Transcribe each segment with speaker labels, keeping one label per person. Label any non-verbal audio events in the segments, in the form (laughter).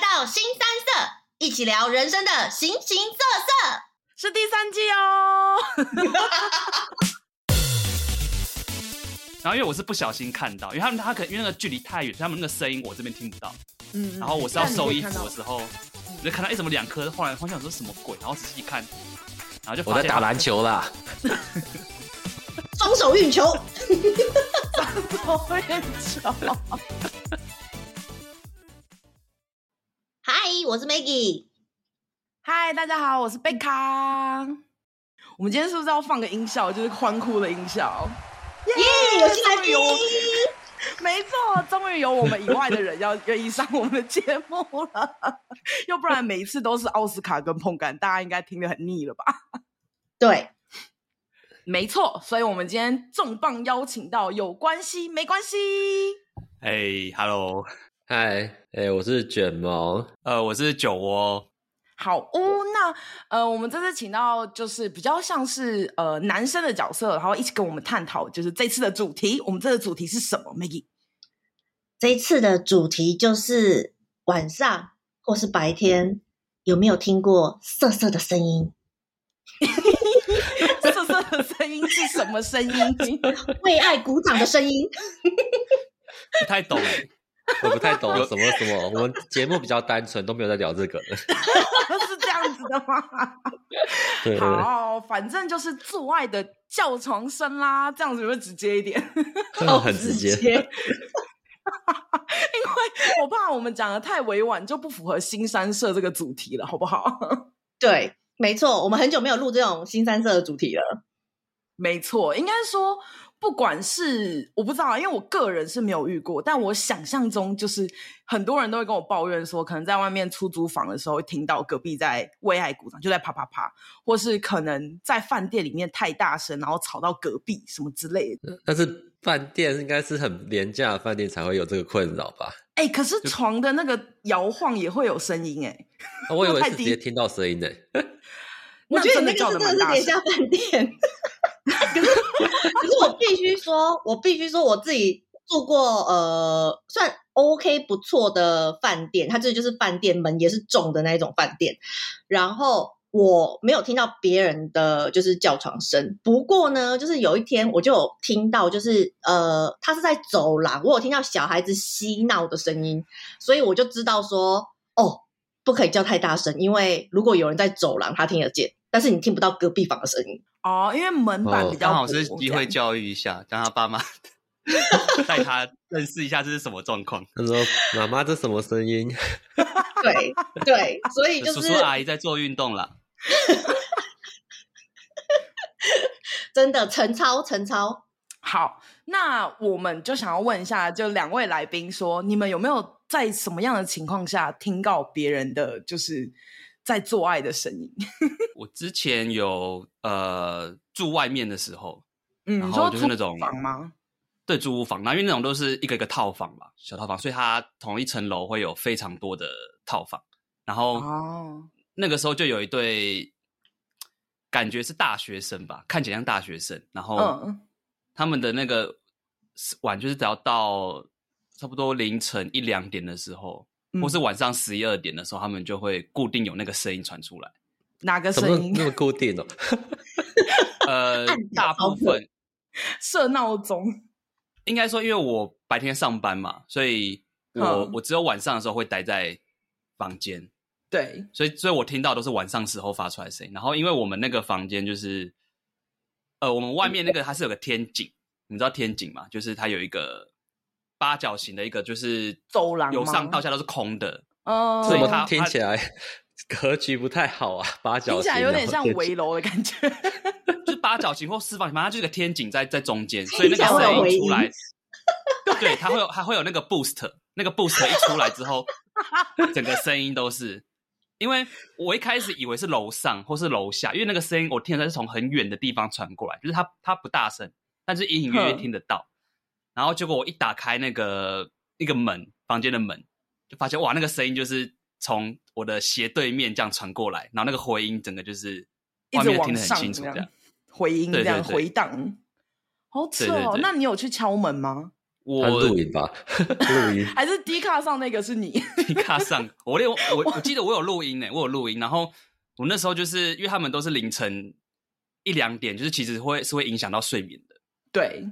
Speaker 1: 到新三色，一起聊人生的形形色色。
Speaker 2: 是第三季哦。
Speaker 3: 然后因为我是不小心看到，因为他们他可因为那个距离太远，所以他们那个声音我这边听不到。
Speaker 2: 嗯，
Speaker 3: 然后我是要
Speaker 2: 但你可
Speaker 3: 收
Speaker 2: 以
Speaker 3: 衣
Speaker 2: 看
Speaker 3: 服
Speaker 2: 到
Speaker 3: 的时候，我就看到哎、怎么两颗？后来我想说什么鬼？然后仔细一看，然后就
Speaker 4: 我
Speaker 3: 发
Speaker 4: 在
Speaker 3: 现
Speaker 4: 打篮球啦，
Speaker 1: 双手运球，
Speaker 2: 我也丑。
Speaker 1: 嗨，我是 Maggie。
Speaker 2: 嗨，大家好，我是贝卡。我们今天是不是要放个音效，就是欢呼的音效？
Speaker 1: 耶，有新来
Speaker 2: 终于
Speaker 1: 宾
Speaker 2: 有，没错，终于有我们以外的人要 (laughs) 愿意上我们的节目了， (laughs) 要不然每一次都是奥斯卡跟碰杆，大家应该听得很腻了吧？
Speaker 1: 对，
Speaker 2: 没错，所以我们今天重磅邀请到有关系没关系，
Speaker 3: 哎，Hello，
Speaker 4: 嗨，哎、我是卷毛，
Speaker 3: 呃，我是酒窝，
Speaker 2: 好哦，那呃，我们这次请到就是比较像是呃男生的角色，然后一起跟我们探讨就是这次的主题。我们这个主题是什么？Maggie， (laughs)
Speaker 1: 这一次的主题就是晚上或是白天有没有听过瑟瑟的声 (laughs) 音？
Speaker 2: 瑟瑟的声音是什么
Speaker 4: (laughs)
Speaker 2: 声音？
Speaker 1: 为爱鼓掌的声音，
Speaker 3: 不太懂哎。
Speaker 4: 我不太懂什么什么，我们节目比较单纯，都没有在聊这个的。
Speaker 2: 是这样子的吗？
Speaker 4: 对对 (laughs) 对，
Speaker 2: 好，反正就是做爱的叫床声啦，这样子会直接一点， (laughs) 因
Speaker 4: 很直接。
Speaker 2: 为我怕我们讲的太委婉，就不符合新三社这个主题了，好不好？
Speaker 1: 对，没错，我们很久没有录这种新三色的主题了。
Speaker 2: 没错，应该说，不管是我不知道，因为我个人是没有遇过，但我想象中就是很多人都会跟我抱怨说，可能在外面出租房的时候，会听到隔壁在为爱鼓掌，就在啪啪啪，或是可能在饭店里面太大声，然后吵到隔壁什么之类的。
Speaker 4: (laughs) 但是饭店应该是很廉价的饭店才会有这个困扰吧？
Speaker 2: 哎、可是床的那个摇晃也会有声音哎、
Speaker 4: 啊我以为
Speaker 2: 太
Speaker 4: 是
Speaker 2: 低
Speaker 4: 直接听到声音呢、
Speaker 1: 我觉得你那
Speaker 2: 那
Speaker 1: 个
Speaker 2: 叫
Speaker 1: 是
Speaker 2: 的
Speaker 1: 真的是
Speaker 2: 蛮大
Speaker 1: 廉
Speaker 2: 声。
Speaker 1: 价饭店。 (laughs) 可是，可是我必须说，我必须说我自己住过呃算 OK 不错的饭店，它这就是饭店门也是重的那一种饭店，然后。我没有听到别人的就是叫床声，不过呢，就是有一天我就有听到，就是呃，他是在走廊，我有听到小孩子嬉闹的声音，所以我就知道说，哦，不可以叫太大声，因为如果有人在走廊，他听得见，但是你听不到隔壁房的声音。
Speaker 2: 哦，因为门板
Speaker 4: 哦
Speaker 2: 比较
Speaker 5: 刚好是
Speaker 2: 薄
Speaker 5: 机
Speaker 2: 这样
Speaker 5: 会教育一下，让他爸妈带他认识一下这是什么状况。
Speaker 4: 他说：“妈妈，这什么声音？
Speaker 1: 对对，
Speaker 5: (laughs)
Speaker 1: 所
Speaker 2: 哎
Speaker 1: 以就
Speaker 5: 叔
Speaker 1: 是
Speaker 5: 叔阿姨在做运动啦，
Speaker 1: 真的陈超陈超，
Speaker 2: 好，那我们就想要问一下，就两位来宾说，你们有没有在什么样的情况下听到别人的就是在做爱的声音？ (laughs)
Speaker 5: 我之前有呃住外面的时候，
Speaker 2: 嗯，
Speaker 5: 然
Speaker 2: 你
Speaker 5: 后
Speaker 2: 说
Speaker 5: 就是
Speaker 2: 租
Speaker 5: 那种
Speaker 2: 房吗？
Speaker 5: 对租屋房，那因为那种都是一个一个套房嘛，小套房，所以它同一层楼会有非常多的套房。然后
Speaker 2: 哦
Speaker 5: 那个时候就有一对，感觉是大学生吧，看起来像大学生，然后
Speaker 2: 嗯，
Speaker 5: 他们的那个晚就是只要到差不多凌晨一两点的时候，
Speaker 2: 嗯
Speaker 5: 或是晚上十一二点的时候，他们就会固定有那个声音传出来。
Speaker 2: (laughs) 哪个
Speaker 4: 怎么
Speaker 2: 声音
Speaker 4: 那？么固
Speaker 2: (laughs)
Speaker 4: 定哦？
Speaker 5: 呃
Speaker 1: 按，表
Speaker 5: 大
Speaker 1: 操
Speaker 5: 部
Speaker 1: 作
Speaker 5: 分
Speaker 2: 设闹钟。
Speaker 5: 应该说，因为我白天上班嘛，所以我、
Speaker 2: 嗯
Speaker 5: 我只有晚上的时候会待在房间，
Speaker 2: 对，
Speaker 5: 所以所以我听到都是晚上时候发出来的声音。然后因为我们那个房间就是，呃，我们外面那个它是有个天井，你知道天井吗？就是它有一个八角形的一个，就是
Speaker 2: 走廊
Speaker 5: 由
Speaker 2: 吗
Speaker 5: 上到下都是空的，
Speaker 2: 嗯，
Speaker 5: 所
Speaker 4: 怎
Speaker 5: 以
Speaker 4: 么
Speaker 5: 他
Speaker 4: 听起来格局不太好啊？八角
Speaker 2: 听起来
Speaker 4: 形
Speaker 2: 有点
Speaker 4: 然后
Speaker 2: 像
Speaker 4: 天
Speaker 2: 围楼的感觉。
Speaker 5: 就是八角形或四方形，反正它就是个天井在在中间，所以那
Speaker 1: 听起
Speaker 5: 个
Speaker 1: 来会有
Speaker 5: 声
Speaker 1: 回
Speaker 5: 音
Speaker 1: 音
Speaker 5: 出来，对，它会有它会有那个 boost，那个 boost 一出来之后，整个声音都是。因为我一开始以为是楼上或是楼下，因为那个声音我听得出来是从很远的地方传过来，就是它它不大声，但是隐隐约约
Speaker 2: 哼
Speaker 5: 听得到。然后结果我一打开那个那个门，房间的门，就发现哇，那个声音就是从我的斜对面这样传过来，然后那个回音整个就是
Speaker 2: 一
Speaker 5: 外
Speaker 2: 直
Speaker 5: 面
Speaker 2: 往
Speaker 5: 听得很
Speaker 2: 上
Speaker 5: 清楚
Speaker 2: 这
Speaker 5: 这样
Speaker 2: 样。回音这
Speaker 5: 对对
Speaker 2: 样
Speaker 5: 对
Speaker 2: 回荡，好扯
Speaker 5: 对对
Speaker 2: 哦。
Speaker 5: 对
Speaker 2: 那你有去敲门吗？
Speaker 4: (laughs) 他
Speaker 5: 我 (laughs)
Speaker 4: 录影吧，
Speaker 2: (laughs)
Speaker 4: 录影。
Speaker 2: 还是 D 卡上那个是你？ (laughs)
Speaker 5: 皮卡上，我连我我记得我有录音呢、我有录音。然后我那时候就是因为他们都是凌晨一两点，就是其实会是会影响到睡眠的。
Speaker 2: 对，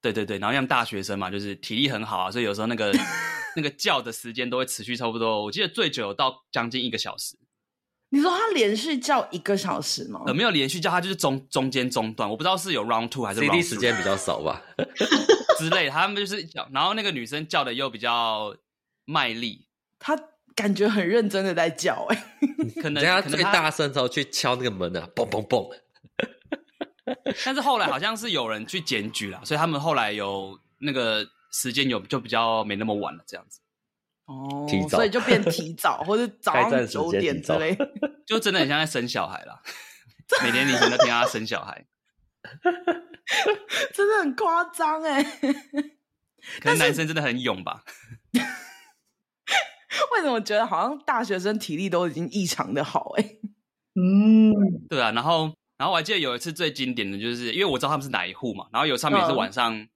Speaker 5: 对对对，然后像大学生嘛，就是体力很好啊，所以有时候那
Speaker 4: (laughs)
Speaker 5: 个那个觉的时间都会持续差不多，我记得最久有到将近一个小时，
Speaker 2: 你说他连续叫一个小时吗？
Speaker 5: 呃，没有连续叫它就是中中间中断，我不知道是有 round two 还是 round
Speaker 4: CD
Speaker 5: three
Speaker 4: 时间比较少吧，
Speaker 5: (laughs) 之类的，他们就是叫，然后那个女生叫的又比较卖力，
Speaker 2: 他感觉很认真的在叫、欸，哎，
Speaker 5: 可能
Speaker 4: 人家
Speaker 5: 可
Speaker 4: 最
Speaker 5: 能她
Speaker 4: 大声的时候去敲那个门啊，嘣嘣嘣，
Speaker 5: 但是后来好像是有人去检举啦，所以他们后来有那个时间有就比较没那么晚了，这样子
Speaker 2: 哦
Speaker 4: 提，早
Speaker 2: 所以就变提早
Speaker 4: (laughs)
Speaker 2: 或者早
Speaker 4: 开
Speaker 2: 上
Speaker 4: 战时
Speaker 2: 九
Speaker 4: 间
Speaker 2: 点
Speaker 4: 提
Speaker 2: 之
Speaker 4: 早
Speaker 2: 类。
Speaker 5: 就真的很像在生小
Speaker 2: (laughs)
Speaker 5: 孩啦。每年凌晨都听她生小孩，
Speaker 2: 真的很夸张哎！ (laughs)
Speaker 5: 可能男生真的很勇吧？
Speaker 2: 为什么觉得好像大学生体力都已经异常的好哎、
Speaker 1: 嗯，
Speaker 5: 对啊，然后然后我还记得有一次最经典的就是，因为我知道他们是哪一户嘛，然后有一次他们也是
Speaker 2: 嗯
Speaker 5: 晚上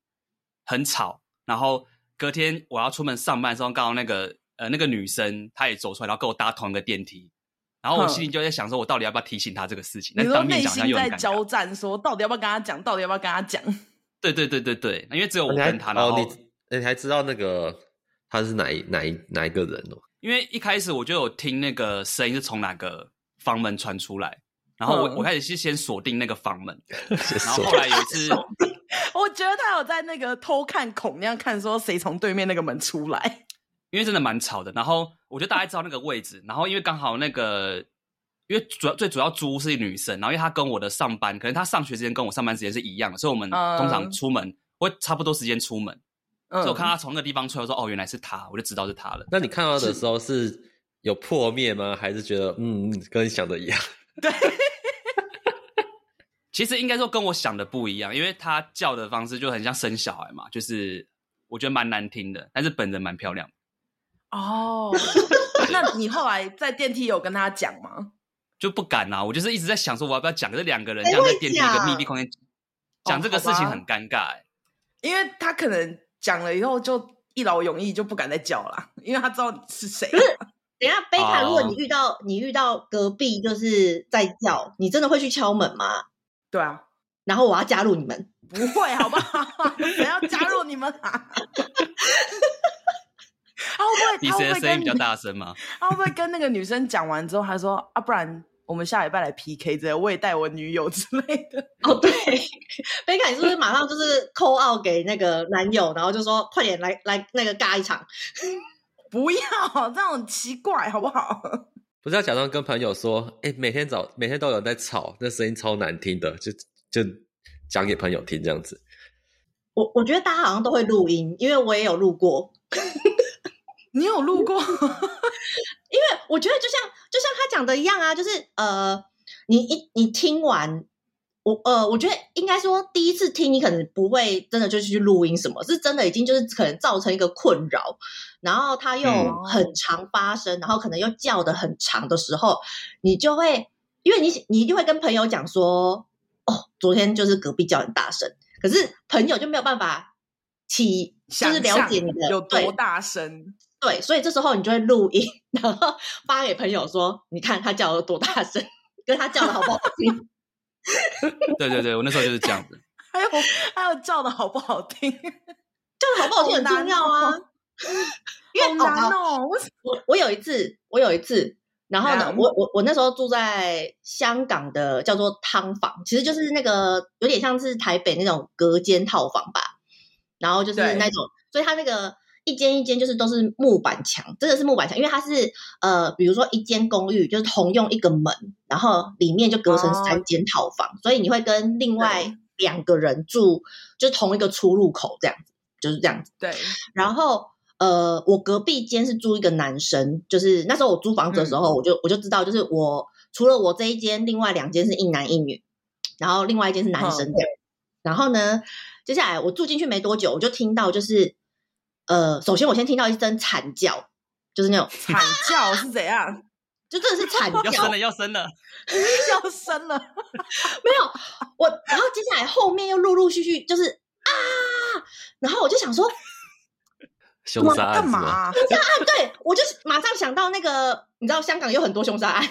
Speaker 5: 很吵，然后隔天我要出门上班的时候，刚好那个呃那个女生她也走出来，然后跟我搭同一个电梯，然后我
Speaker 2: 嗯
Speaker 5: 心里就在想说，我到底要不要提醒她这个事情？
Speaker 2: 你
Speaker 5: 但
Speaker 2: 说
Speaker 5: 当面
Speaker 2: 内
Speaker 5: 讲好像
Speaker 2: 心
Speaker 5: 又很
Speaker 2: 在
Speaker 5: 尴尬
Speaker 2: 交战，说到底要不要跟他讲，到底要不要跟他讲？ (laughs)
Speaker 5: 对对对对对，因为只有我
Speaker 4: 你还
Speaker 5: 跟他，然
Speaker 4: 哦
Speaker 5: 后
Speaker 4: 你你还知道那个他是哪一哪一哪一个人哦？
Speaker 5: 因为一开始我就有听那个声音是从哪个房门传出来，然后我、
Speaker 2: 嗯
Speaker 5: 我开始是先锁定那个房门，
Speaker 4: (laughs) 先
Speaker 5: 然后
Speaker 4: 说
Speaker 5: 后来有一次，
Speaker 2: 我觉得他有在那个偷看孔那样看，说谁从对面那个门出来。
Speaker 5: 因为真的蛮吵的，然后我就大概知道那个位置，然后因为刚好那个。因为主要最主要租是女生，然后因为她跟我的上班，可能她上学时间跟我上班时间是一样的，所以我们
Speaker 2: 嗯
Speaker 5: 通常出门、会差不多时间出门。
Speaker 2: 嗯 (laughs)
Speaker 5: 所以我看她从那个地方出来，我说哦原来是她，我就知道是她了。
Speaker 4: 那你看到的时候是有破灭吗？还是觉得嗯，嗯跟你想的一样？ (laughs)
Speaker 5: (laughs) 其实应该说跟我想的不一样，因为他叫的方式就很像生小孩嘛，就是我觉得蛮难听的，但是本人蛮漂亮的，
Speaker 2: 哦， (laughs) 那你后来在电梯有跟他讲吗？
Speaker 5: 就不敢啊。我就是一直在想说我要不要讲，可是两个人这样在电梯一个密闭
Speaker 2: 哦
Speaker 5: 空间讲这个事情很尴尬、欸。
Speaker 2: 因为他可能讲了以后就一劳永逸，就不敢再叫啦，因为他知道你是谁。
Speaker 1: 等一下贝卡，如果
Speaker 5: 哦
Speaker 1: 你遇到你遇到隔壁就是在叫，你真的会去敲门吗？
Speaker 2: 对啊，
Speaker 1: 然后我要加入你们，
Speaker 2: 不会，好 (laughs) 不好？谁要加入你们啊？ (laughs) 他会不会？
Speaker 5: 你
Speaker 2: 他会
Speaker 5: 谁
Speaker 2: 不
Speaker 5: 的
Speaker 2: 会
Speaker 5: 声音
Speaker 2: 跟
Speaker 5: 比较大声吗？
Speaker 2: 他会不会跟那个女生讲完之后，他说啊，不然我们下礼拜来 PK 之类，我也带我女友之类的。 (laughs)
Speaker 1: 哦，对， (laughs) 贝卡，你是不是马上就是扣 out 给那个男友，然后就说快点来来那个尬一场？
Speaker 2: 不要这样很奇怪，好不好？
Speaker 4: 不是要假装跟朋友说，哎、每天早每天都有人在吵，那声音超难听的，就就讲给朋友听这样子。 (laughs)
Speaker 1: 我我觉得大家好像都会录音，因为我也有录过。
Speaker 2: 你有
Speaker 1: (laughs)
Speaker 2: 路过？
Speaker 1: 我觉得就像就像他讲的一样啊，就是呃，你一你听完。我呃，我觉得应该说，第一次听你可能不会真的就去录音什么，是真的已经就是可能造成一个困扰，然后它又
Speaker 4: 嗯
Speaker 1: 很常发生，然后可能又叫的很长的时候，你就会因为你你一定会跟朋友讲说，哦，昨天就是隔壁叫很大声，可是朋友就没有办法起就是
Speaker 2: 想
Speaker 1: 了
Speaker 2: 象
Speaker 1: 解你的
Speaker 2: 有
Speaker 1: 对
Speaker 2: 多大声？ (laughs)
Speaker 1: 对，所以这时候你就会录音，然后发给朋友说：“你看他叫的多大声，跟他叫的好不好听。 (laughs)
Speaker 5: 对对对，我那时候就是这样
Speaker 2: (laughs)
Speaker 5: 子。
Speaker 2: 还有还有叫的好不好听？
Speaker 1: 叫的好不好听很重要啊，因为
Speaker 2: 好难
Speaker 1: 哦
Speaker 2: 哦！为什
Speaker 1: 我我有一次，我有一次，然后呢
Speaker 2: 嗯，
Speaker 1: 我我我那时候住在香港的叫做汤房，其实就是那个有点像是台北那种隔间套房吧，然后就是
Speaker 2: 对
Speaker 1: 那种，所以它那个一间一间就是都是木板墙，真的是木板墙，因为它是呃，比如说一间公寓就是同用一个门，然后里面就隔成
Speaker 2: 哦
Speaker 1: 三间套房，所以你会跟另外
Speaker 2: 对
Speaker 1: 两个人住，就是同一个出入口这样子，就是这样子。
Speaker 2: 对，
Speaker 1: 然后呃，我隔壁间是住一个男生，就是那时候我租房子的时候，
Speaker 5: 嗯
Speaker 1: 我就我就知道，就是我除了我这一间，另外两间是一男一女，然后另外一间是男生这样。然后呢，接下来我住进去没多久，我就听到就是呃，首先我先听到一声惨叫，就是那种
Speaker 2: (laughs) 惨叫是怎样？
Speaker 1: 就真的是惨
Speaker 5: 要
Speaker 1: 叫
Speaker 5: 生，了，要
Speaker 2: (laughs)
Speaker 5: 生了！
Speaker 2: 要生了，
Speaker 1: 没有我，然后接下来后面又陆陆续续就是啊然后我就想说，
Speaker 4: 凶杀案
Speaker 2: 干
Speaker 4: 是
Speaker 2: 嘛
Speaker 4: 吗？
Speaker 2: 啊？
Speaker 1: 啊，对我就是马上想到那个，你知道香港有很多凶杀案，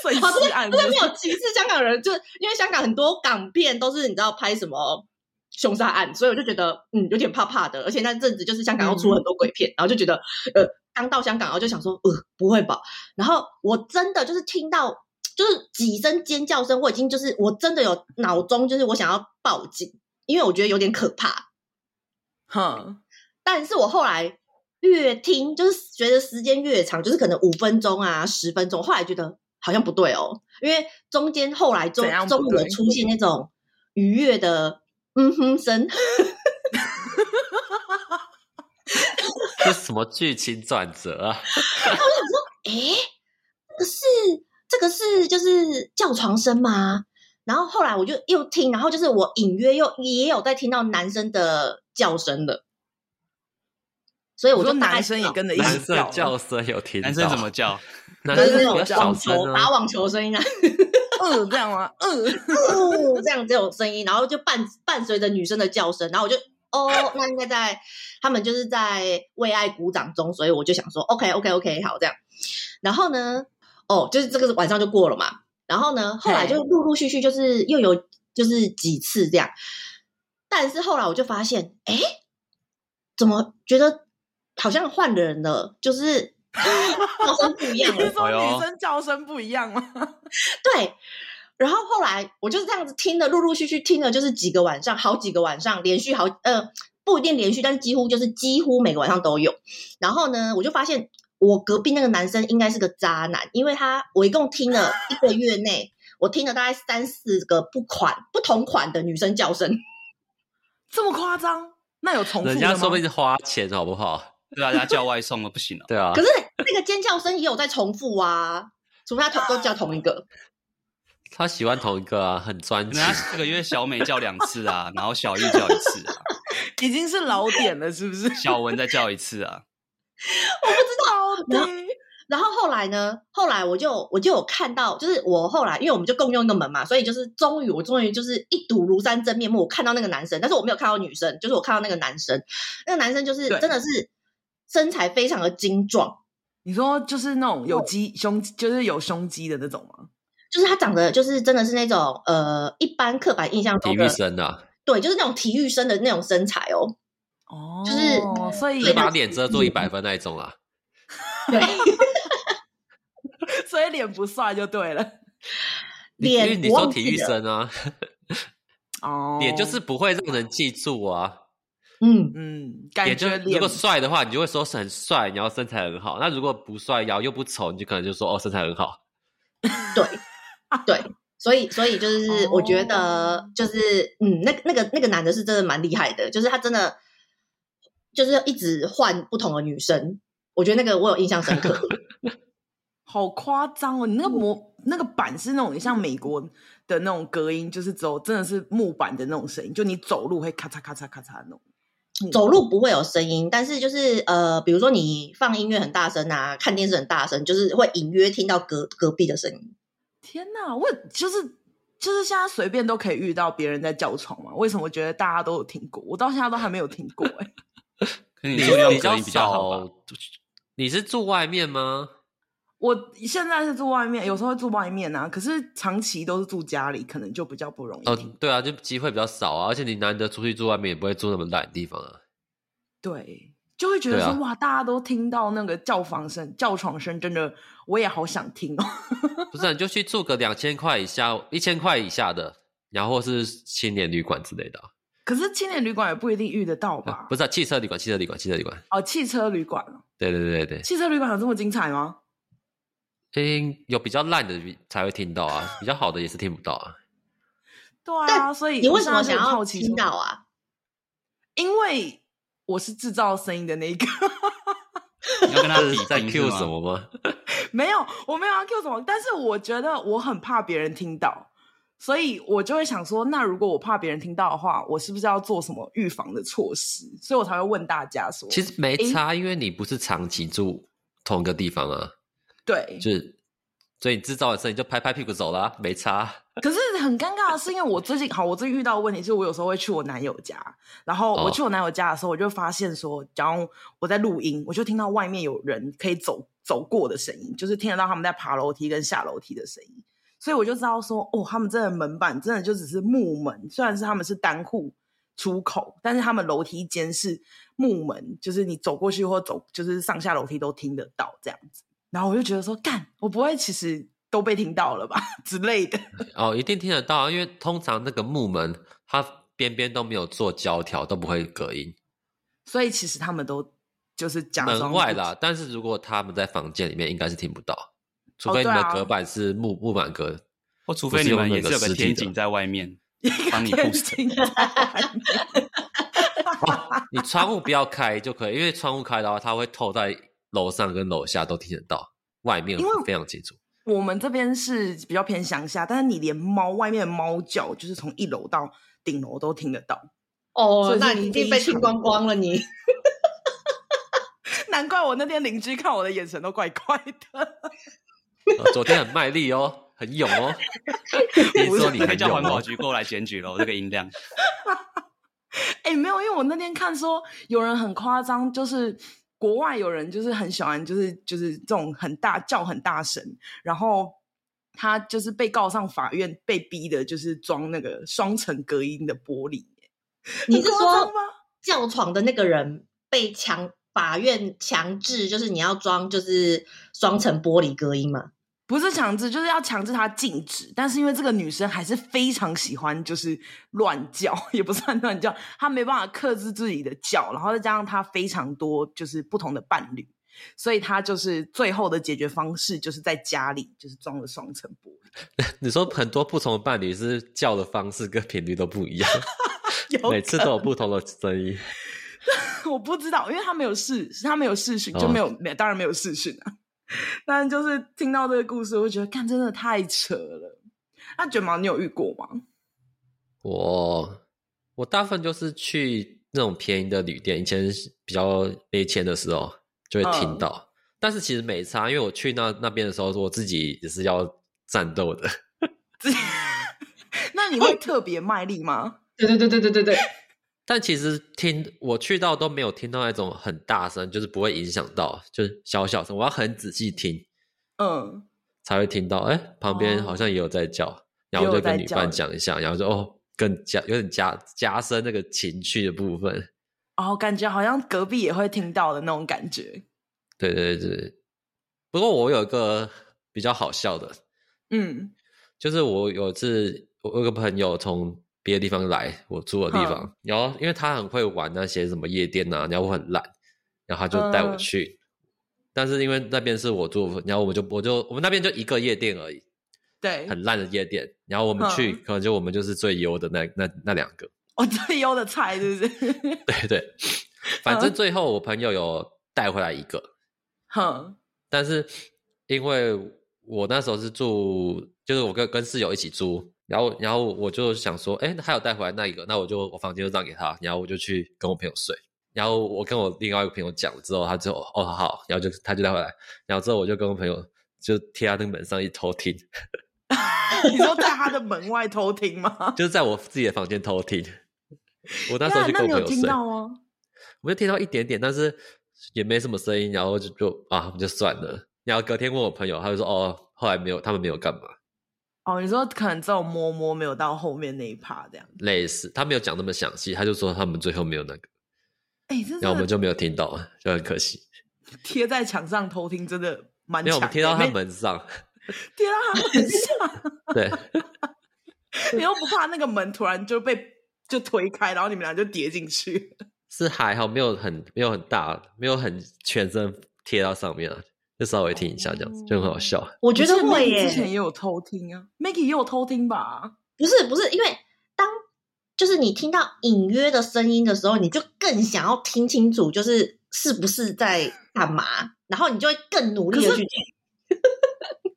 Speaker 2: 碎
Speaker 1: 好这
Speaker 2: 尸案
Speaker 1: 这
Speaker 2: 是
Speaker 1: 个
Speaker 2: 不
Speaker 1: (laughs) 没
Speaker 2: 是
Speaker 1: 有歧视香港人，就是因为香港很多港片都是你知道拍什么凶杀案，所以我就觉得嗯有点怕怕的，而且那阵子就是香港要出很多鬼片，然后就觉得呃刚到香港，然后就想说呃不会吧，然后我真的就是听到。就是几声尖叫声，我已经就是我真的有脑中就是我想要报警，因为我觉得有点可怕。
Speaker 2: 哼，
Speaker 1: 但是我后来越听，就是觉得时间越长，就是可能五分钟啊、十分钟，后来觉得好像不对哦，因为中间后来中
Speaker 2: 怎样不
Speaker 1: 中午有
Speaker 2: 对
Speaker 1: 出现那种愉悦的嗯哼声，
Speaker 4: 这什么剧情转折啊？
Speaker 1: 诶，这个是这个是就是叫床声吗？然后后来我就又听，然后就是我隐约又也有在听到男生的叫声的，所以我
Speaker 2: 我
Speaker 1: 就
Speaker 2: 说
Speaker 1: 大概
Speaker 2: 男生
Speaker 1: 知道
Speaker 2: 也跟着一
Speaker 4: 男
Speaker 2: 起
Speaker 4: 生
Speaker 2: 叫， (laughs)
Speaker 4: 叫声有听
Speaker 5: (laughs)
Speaker 4: 到？
Speaker 5: 男生怎么叫？
Speaker 4: 男
Speaker 1: 就是
Speaker 4: 生
Speaker 1: 那
Speaker 4: 比较
Speaker 1: 种网
Speaker 4: 小
Speaker 1: 球
Speaker 4: 声
Speaker 1: 打
Speaker 4: 啊？
Speaker 1: 网球的声音啊。
Speaker 2: 嗯，这样吗？嗯，
Speaker 1: 哦，这样这种声音，然后就伴伴随着女生的叫声，然后我就哦，那应该在他们就是在为爱鼓掌中，所以我就想说，OK OK OK，好这样。然后呢，哦，就是这个晚上就过了嘛。然后呢，后来就陆陆续续就是又有就是几次这样，但是后来我就发现，哎，怎么觉得好像换人了，就是 (laughs) 叫声不一
Speaker 2: 你
Speaker 1: 样了
Speaker 2: 是。说
Speaker 4: 哎呦
Speaker 2: 女生叫声不一样吗？ (laughs)
Speaker 1: 对，然后后来我就是这样子听的，陆陆续续听了，就是几个晚上，好几个晚上，连续好，呃，不一定连续，但是几乎就是几乎每个晚上都有。然后呢，我就发现我隔壁那个男生应该是个渣男，因为他我一共听了一个月内，我听了大概三四个不款不同款的女生叫声。
Speaker 2: 这么夸张？那有重复的
Speaker 4: 人
Speaker 2: 吗？
Speaker 4: 家说不定是花钱，好不好？
Speaker 5: 对啊，人家叫外送了不行了。
Speaker 4: 对啊
Speaker 1: 可，是那个尖叫声也有在重复啊，除非他同都叫同一个。
Speaker 4: 他喜欢同一个啊，很专
Speaker 5: 人
Speaker 4: 情。
Speaker 5: 家这个月小美叫两次啊，然后小玉叫一次啊，
Speaker 2: 已经是老点了，是不是？
Speaker 5: 小文再叫一次啊。
Speaker 2: 到底
Speaker 1: 然后后来呢？后来我就我就有看到，就是我后来，因为我们就共用一个门嘛，所以就是终于我终于就是一睹庐山真面目，我看到那个男生，但是我没有看到女生，就是我看到那个男生，那个男生就是
Speaker 2: 对
Speaker 1: 真的是身材非常的精壮，
Speaker 2: 你说就是那种有肌胸，就是有胸肌的那种吗？
Speaker 1: 就是他长得就是真的是那种呃一般刻板印象
Speaker 4: 体
Speaker 1: 中
Speaker 4: 育
Speaker 1: 的
Speaker 4: 生啊，
Speaker 1: 对，就是那种体育生的那种身材哦，
Speaker 2: 哦，
Speaker 1: 就是
Speaker 2: 所以
Speaker 4: 就是把脸遮住一百分那一种啊。 (laughs)
Speaker 1: 对，
Speaker 2: (laughs) 所以脸不帅就对了。
Speaker 4: 你因为
Speaker 1: 脸
Speaker 4: 你
Speaker 1: 我
Speaker 4: 说
Speaker 1: 忘
Speaker 4: 体
Speaker 1: 记
Speaker 4: 育
Speaker 1: 了
Speaker 4: 生啊， (laughs)
Speaker 2: 哦，
Speaker 4: 脸就是不会让人记住啊。
Speaker 1: 嗯，
Speaker 2: 嗯，感
Speaker 4: 脸就
Speaker 2: 觉
Speaker 4: 如
Speaker 2: 脸
Speaker 4: 果帅的话，你就会说是很帅，然后身材很好。那如果不帅，然后又不丑，你就可能就说哦身材很好。
Speaker 1: 对对，所以所以就是我觉
Speaker 2: 哦
Speaker 1: 得就是嗯，那那个那个男的是真的蛮厉害的，就是他真的就是一直换不同的女生，我觉得那个我有印象深刻。
Speaker 2: (laughs) 好夸张哦！你那个模那个板是那种像美国的那种隔音，就是只有真的是木板的那种声音，就你走路会咔嚓咔嚓咔嚓的那种。
Speaker 1: 走路不会有声音，但是就是呃，比如说你放音乐很大声啊，看电视很大声，就是会隐约听到隔隔壁的声音。
Speaker 2: 天哪，我就是就是现在随便都可以遇到别人在叫床嘛？为什么我觉得大家都有听过？我到现在都还没有听过 (laughs) 哎、
Speaker 5: 可是你
Speaker 4: 你
Speaker 5: 说
Speaker 4: 是
Speaker 5: 要
Speaker 4: 比
Speaker 5: 隔
Speaker 4: 较
Speaker 5: 音比较好吧
Speaker 4: 少？，你是住外面吗？
Speaker 2: 我现在是住外面，有时候会住外面啊，可是长期都是住家里，可能就比较不容易
Speaker 4: 哦
Speaker 2: 听。，
Speaker 4: 对啊，就机会比较少啊，而且你难得出去住外面，也不会住那么烂的地方啊。
Speaker 2: 对，就会觉得
Speaker 4: 对
Speaker 2: 说、
Speaker 4: 啊
Speaker 2: 哇，大家都听到那个叫房声、叫床声，真的我也好想听哦。
Speaker 4: 不是、啊，你就去住个两千块以下、一千块以下的，然后是青年旅馆之类的啊、
Speaker 2: 可是青年旅馆也不一定遇得到吧？
Speaker 4: 不是、啊、汽车旅馆、汽车旅馆、汽车旅馆。
Speaker 2: 哦，汽车旅馆哦，
Speaker 4: 对对对对
Speaker 2: 汽车旅馆有这么精彩吗？
Speaker 4: 对，因有比较烂的才会听到啊，比较好的也是听不到啊。
Speaker 2: 对啊，
Speaker 1: 但
Speaker 2: 所以
Speaker 1: 你
Speaker 2: 我
Speaker 1: 为什
Speaker 2: 现
Speaker 1: 么
Speaker 2: 在
Speaker 1: 想
Speaker 2: 是很
Speaker 1: 要
Speaker 2: 好奇
Speaker 1: 听
Speaker 2: 说
Speaker 1: 到？啊？
Speaker 2: 因为我是制造声音的那一个， (laughs)
Speaker 5: 你要跟他
Speaker 4: 这
Speaker 5: 比
Speaker 4: 是在
Speaker 5: 拼
Speaker 4: Q
Speaker 5: 是吗
Speaker 4: 什？么吗？
Speaker 2: 没有，我没有要 Q 什么，但是我觉得我很怕别人听到，所以我就会想说，那如果我怕别人听到的话，我是不是要做什么预防的措施？所以我才会问大家说，
Speaker 4: 其实没差，因为你不是长期住同一个地方啊，
Speaker 2: 对，
Speaker 4: 就是所以你制造的声音就拍拍屁股走啦、没差。
Speaker 2: 可是很尴尬的是，因为我最近好，我最近遇到的问题是我有时候会去我男友家，然后我
Speaker 4: 哦
Speaker 2: 去我男友家的时候，我就发现说，假如我在录音，我就听到外面有人可以走走过的声音，就是听得到他们在爬楼梯跟下楼梯的声音，所以我就知道说，哦，他们真的门板真的就只是木门，虽然是他们是单户出口，但是他们楼梯间是木门，就是你走过去或走，就是上下楼梯都听得到这样子。然后我就觉得说，干，我不会其实都被听到了吧 (laughs) 之类的。
Speaker 4: 哦，一定听得到啊，因为通常那个木门它边边都没有做胶条，都不会隔音。
Speaker 2: 所以其实他们都就是假装
Speaker 4: 门
Speaker 2: 不
Speaker 4: 外啦，但是如果他们在房间里面，应该是听不到，除非你
Speaker 2: 对
Speaker 4: 们
Speaker 2: 啊
Speaker 4: 隔板是木、木板隔。
Speaker 5: 或除非你们也是有
Speaker 4: 不是用那
Speaker 5: 个
Speaker 4: 个
Speaker 5: 天
Speaker 4: 实体
Speaker 5: 井
Speaker 4: 的
Speaker 5: 在外面
Speaker 2: (laughs) 一个
Speaker 5: 帮你
Speaker 2: 天
Speaker 5: boost
Speaker 2: 井
Speaker 4: (laughs)
Speaker 2: 在外面
Speaker 4: 你窗户不要开就可以，因为窗户开的话，它会透在楼上跟楼下都听得到，外面
Speaker 2: 因为
Speaker 4: 非常清楚。
Speaker 2: 我们这边是比较偏乡下，但是你连猫外面的猫叫，就是从一楼到顶楼都听得到。所
Speaker 1: 哦
Speaker 2: 以，
Speaker 1: 那
Speaker 2: 是
Speaker 1: 你一
Speaker 2: 非
Speaker 1: 定被听
Speaker 2: 常
Speaker 1: 光光了你。
Speaker 2: 难怪我那天邻居看我的眼神都怪怪的。
Speaker 4: 呃昨天很卖力哦，很勇
Speaker 2: (laughs)
Speaker 4: 哦。听
Speaker 2: 不是
Speaker 4: 说你
Speaker 5: 可以
Speaker 4: 很
Speaker 5: 叫环
Speaker 4: 勇
Speaker 5: 保
Speaker 4: 哦，
Speaker 5: 局过来检举喽，这个
Speaker 2: (laughs)
Speaker 5: 音量。
Speaker 2: 哎、没有，因为我那天看说有人很夸张，就是国外有人就是很喜欢，就是就是这种很大叫很大声，然后他就是被告上法院，被逼的就是装那个双层隔音的玻璃。
Speaker 1: 你是
Speaker 2: 很夸张
Speaker 1: 说
Speaker 2: 吗？
Speaker 1: 叫床的那个人被强法院强制，就是你要装就是双层玻璃隔音嘛？
Speaker 2: 不是强制，就是要强制他禁止。但是因为这个女生还是非常喜欢，就是乱叫， (laughs) 也不算乱叫，她没办法克制自己的叫，然后再加上她非常多就是不同的伴侣，所以她就是最后的解决方式就是在家里就是装了双层玻璃。
Speaker 4: 你说很多不同的伴侣是叫的方式跟频率都不
Speaker 2: (laughs)
Speaker 4: 一样，
Speaker 2: 有
Speaker 4: 每次
Speaker 2: 可
Speaker 4: 都有不同的声音。
Speaker 2: 我不知道，因为他没有试，他没有试训，
Speaker 4: 哦
Speaker 2: 就没有，没当然没有试训啊。 (laughs) 但就是听到这个故事，我就觉得，看真的太扯了。那卷毛，你有遇过吗？
Speaker 4: 我我大部分就是去那种便宜的旅店，以前是比较没钱的时候就会
Speaker 2: 嗯
Speaker 4: 听到，但是其实没差，因为我去那那边的时候，我自己也是要战斗的。
Speaker 2: 那你会特别卖力吗？
Speaker 1: 对对对对对对对，
Speaker 4: 但其实听我去到都没有听到那种很大声，就是不会影响到，就是小小声。我要很仔细听
Speaker 2: 嗯，
Speaker 4: 才会听到，哎、旁边
Speaker 2: 哦
Speaker 4: 好像也有在叫，然
Speaker 2: 也
Speaker 4: 后
Speaker 2: 有
Speaker 4: 我就
Speaker 2: 在
Speaker 4: 跟女
Speaker 2: 叫
Speaker 4: 伴
Speaker 2: 的
Speaker 4: 讲一下，然后就哦，更加有点加加深那个情绪的部分。
Speaker 2: 哦，感觉好像隔壁也会听到的那种感觉。
Speaker 4: 对对对对。不过我有一个比较好笑的，
Speaker 2: 嗯，
Speaker 4: 就是我有一次我有个朋友从别的地方来我住的地
Speaker 2: 嗯
Speaker 4: 方，然后因为他很会玩那些什么夜店啊，然后我很懒，然后他就带我
Speaker 2: 嗯
Speaker 4: 去。但是因为那边是我住，然后我就我就我们那边就一个夜店而已，
Speaker 2: 对，
Speaker 4: 很烂的夜店。然后我们去，
Speaker 2: 嗯
Speaker 4: 可能就我们就是最优的那那那两个。
Speaker 2: 我、最优的菜是不是？ (laughs)
Speaker 4: 对对，反正
Speaker 2: 嗯
Speaker 4: 最后我朋友有带回来一个，
Speaker 2: 哼，
Speaker 4: 但是因为我那时候是住，就是我跟跟室友一起住，然后然后我就想说，哎，他有带回来那一个，那我就我房间就让给他，然后我就去跟我朋友睡。然后我跟我另外一个朋友讲了之后，他就哦哦好，然后就他就带回来，然后之后我就跟我朋友就贴他那个门上一偷听，
Speaker 2: 你说在他的门外偷听吗？
Speaker 4: 就是在我自己的房间偷听。我 (laughs) 那时候
Speaker 2: 那
Speaker 4: 去
Speaker 2: 啊那
Speaker 4: 跟我
Speaker 2: 你
Speaker 4: 朋
Speaker 2: 有
Speaker 4: 友
Speaker 2: 听
Speaker 4: 睡，
Speaker 2: 到吗？
Speaker 4: 我就听到一点点，但是也没什么声音，然后就就啊就算了。然后隔天问我朋友，他就说哦，后来没有，他们没有干嘛。
Speaker 2: 哦，你说可能只有摸摸，没有到后面那一趴这样。
Speaker 4: 类似，他没有讲那么详细，他就说他们最后没有那个，
Speaker 2: 哎，这
Speaker 4: 然后我们
Speaker 2: 真的
Speaker 4: 就没有听到， (laughs) 就很可惜。
Speaker 2: 贴在墙上偷听，真的蛮
Speaker 4: 因为
Speaker 2: 强
Speaker 4: 我
Speaker 2: 的。
Speaker 4: 们贴到他
Speaker 2: 欸没
Speaker 4: 门上，
Speaker 2: 贴到他门上，
Speaker 4: 对，
Speaker 2: (laughs) 你又不怕那个门突然就被就推开，然后你们俩就跌进去？
Speaker 4: 是还好，没有很没有很大，没有很全身贴到上面啊，就稍微听一下这样子，就很好笑。
Speaker 1: (laughs) 我觉得
Speaker 2: 我记
Speaker 1: 会
Speaker 2: Maggie
Speaker 1: 耶。
Speaker 2: 之前也有偷听啊，Maggie 也有偷听吧？
Speaker 1: 不是不是，因为当就是你听到隐约的声音的时候，你就更想要听清楚，就是是不是在干嘛，然后你就会更努力
Speaker 2: 可
Speaker 1: 的
Speaker 2: 是
Speaker 1: 去听。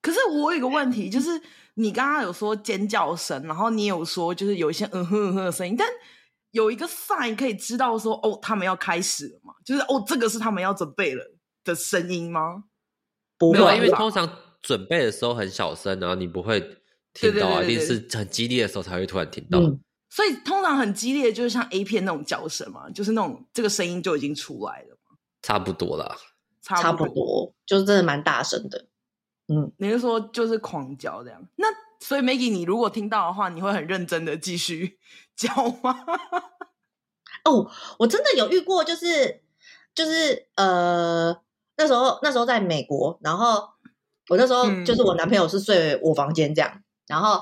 Speaker 2: 可是我有一个问题，就是你刚刚有说尖叫声，然后你有说就是有一些嗯哼嗯哼的声音，但有一个 sign 可以知道说哦，他们要开始了嘛？就是哦，这个是他们要准备了的声音吗？
Speaker 1: 不
Speaker 4: 没
Speaker 1: 会
Speaker 4: 有，啊，因为
Speaker 1: 吧
Speaker 4: 通常准备的时候很小声，然后你不会听到啊，
Speaker 2: 对对对对
Speaker 4: 一
Speaker 2: 对
Speaker 4: 定是很激烈的时候才会突然听到。
Speaker 1: 嗯，
Speaker 2: 所以通常很激烈，就是像 A 片那种叫声嘛，就是那种这个声音就已经出来了，
Speaker 4: 差不多啦，
Speaker 1: 差
Speaker 2: 差
Speaker 1: 不
Speaker 2: 不。
Speaker 1: 多，就是真的蛮大声的。嗯，
Speaker 2: 你是说就是狂叫这样？那所以 Maggie，你如果听到的话，你会很认真的继续 (laughs) 叫吗？
Speaker 1: 哦，我真的有遇过，就是就是呃，那时候那时候在美国，然后我那时候
Speaker 2: 嗯
Speaker 1: 就是我男朋友是睡我房间这样，然后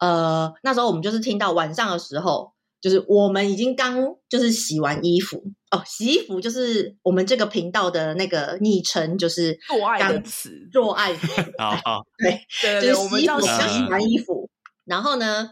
Speaker 1: 呃那时候我们就是听到晚上的时候，就是我们已经刚就是洗完衣服哦，洗衣服就是我们这个频道的那个昵称，就是
Speaker 2: 做爱的
Speaker 1: 刚
Speaker 2: 词，
Speaker 1: 做爱
Speaker 5: 好好，
Speaker 2: 对
Speaker 1: 就是
Speaker 2: 对对，
Speaker 1: 洗
Speaker 2: 我们
Speaker 1: 衣服，
Speaker 2: 叫
Speaker 1: 我
Speaker 2: 洗
Speaker 1: 们要
Speaker 5: 洗
Speaker 1: 洗完衣服。然后呢，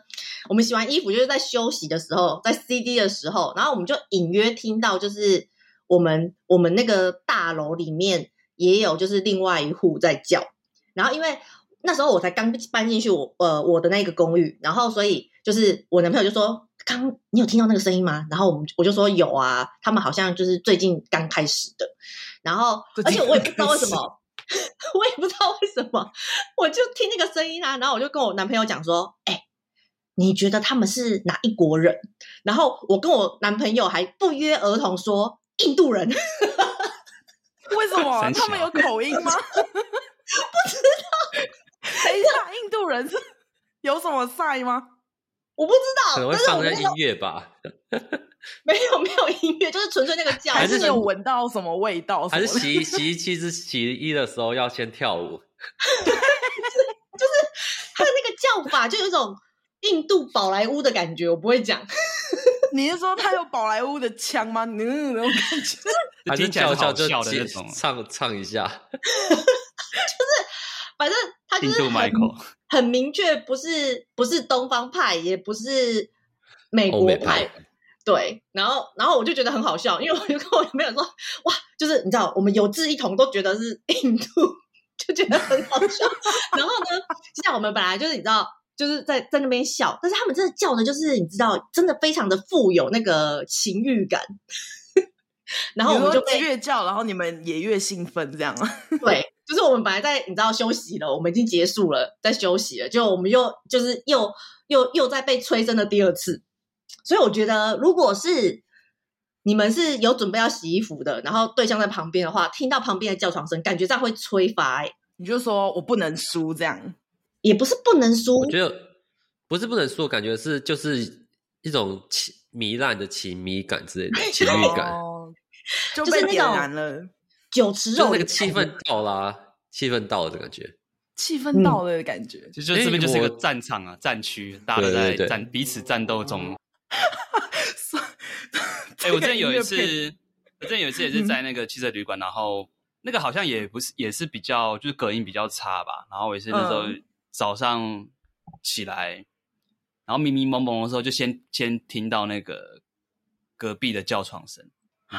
Speaker 1: 我们洗完衣服就是在休息的时候，在 CD 的时候，然后我们就隐约听到，就是我们我们那个大楼里面也有就是另外一户在叫。然后因为那时候我才刚搬进去我呃我的那个公寓，然后所以就是我男朋友就说：“刚你有听到那个声音吗？”然后我们我就说有啊，他们好像就是最近刚开始的。然后
Speaker 2: 最
Speaker 1: 而
Speaker 2: 近
Speaker 1: 且我也
Speaker 2: 刚
Speaker 1: 不知道为
Speaker 2: 开
Speaker 1: 什么， (laughs) 我也不知道为什么，我就听那个声音啊，然后我就跟我男朋友讲说：“哎、你觉得他们是哪一国人？”然后我跟我男朋友还不约而同说印度人。 (laughs)
Speaker 2: 为什么
Speaker 5: (laughs) 三小
Speaker 2: 他们有口音
Speaker 1: (laughs)
Speaker 2: 吗？不知道。等一下，印度人 (laughs) 是有什么赛吗？
Speaker 1: 我不知
Speaker 4: 可
Speaker 1: 道，
Speaker 4: 能会
Speaker 1: 但是我
Speaker 4: 放
Speaker 1: 们
Speaker 4: 在
Speaker 1: 那
Speaker 4: 音
Speaker 1: 时候
Speaker 4: 乐吧，
Speaker 1: (laughs) 没有没有音乐，就是纯粹那个叫
Speaker 2: 还
Speaker 1: 声，
Speaker 2: 是你有闻到什么味道什
Speaker 4: 还
Speaker 2: 么
Speaker 4: 是
Speaker 2: 的？
Speaker 4: 洗衣洗衣机是洗衣的时候要先跳舞？
Speaker 1: 他的那个叫法就有一种印度宝莱坞的感觉，我不会讲，
Speaker 2: 你是说他有宝莱坞的腔吗？ (laughs) 嗯，那种感觉。
Speaker 4: 还是
Speaker 5: 听起来
Speaker 4: 叫
Speaker 5: 是
Speaker 4: 叫
Speaker 5: 好
Speaker 4: 就
Speaker 5: 笑的那
Speaker 4: 接
Speaker 5: 种。
Speaker 4: 唱唱一下？
Speaker 1: 反正他就
Speaker 5: 印
Speaker 1: 是
Speaker 2: (laughs)
Speaker 5: 度
Speaker 1: 很
Speaker 5: Michael，
Speaker 1: 很明确，不是不是东方派，也不是美
Speaker 4: 欧
Speaker 1: 国
Speaker 4: 美
Speaker 1: 派
Speaker 4: 派，
Speaker 1: 对，然后然后我就觉得很好笑，因为我就跟我男朋友说，哇，就是你知道，我们有志一同都觉得是印度，就觉得很好笑。然后呢，像我们本来就是你知道，就是在在那边笑，但是他们真的叫的，就是你知道，真的非常的富有那个情欲感。 (laughs) 然后我们就
Speaker 2: 你说
Speaker 1: 被
Speaker 2: 越叫，然后你们也越兴奋，这样吗？
Speaker 1: 对，就是我们本来在你知道休息了，我们已经结束了，在休息了，就我们又就是又又又在被催生的第二次，所以我觉得如果是你们是有准备要洗衣服的，然后对象在旁边的话，听到旁边的叫床声，感觉这样会催发、欸，
Speaker 2: 你就说我不能输，这样。
Speaker 1: 也不是不能输
Speaker 4: 我，觉得不是不能说，感觉是就是一种情糜烂的情迷感之类的情欲感，
Speaker 2: 哦，就
Speaker 1: 就是
Speaker 2: 被
Speaker 1: 那
Speaker 2: 点
Speaker 1: 种
Speaker 2: 燃了，
Speaker 1: 酒池
Speaker 4: 就是
Speaker 1: 肉
Speaker 4: 那
Speaker 1: 林的
Speaker 4: 个气
Speaker 1: 感觉
Speaker 4: 氛到啦，气氛到了的感觉。
Speaker 2: 气
Speaker 1: 嗯
Speaker 2: 氛到了的感觉。
Speaker 5: 就就这边就是一
Speaker 4: 因为
Speaker 5: 个
Speaker 4: 我
Speaker 5: 战场啊，战区，大家
Speaker 4: 对
Speaker 5: 都
Speaker 4: 对
Speaker 5: 在
Speaker 4: 对
Speaker 5: 战彼此战斗中。
Speaker 2: 所以 (laughs) 这
Speaker 5: 哎、我之
Speaker 2: 个
Speaker 5: 前有
Speaker 2: 音
Speaker 5: 一
Speaker 2: 乐
Speaker 5: 次
Speaker 2: 片，嗯
Speaker 5: 我之前有一次也是在那个汽车旅馆，然后那个好像也不是，也是比较就是隔音比较差吧。然后我也是那时候
Speaker 2: 嗯
Speaker 5: 早上起来，然后迷迷蒙蒙的时候，就先先听到那个隔壁的叫床声，然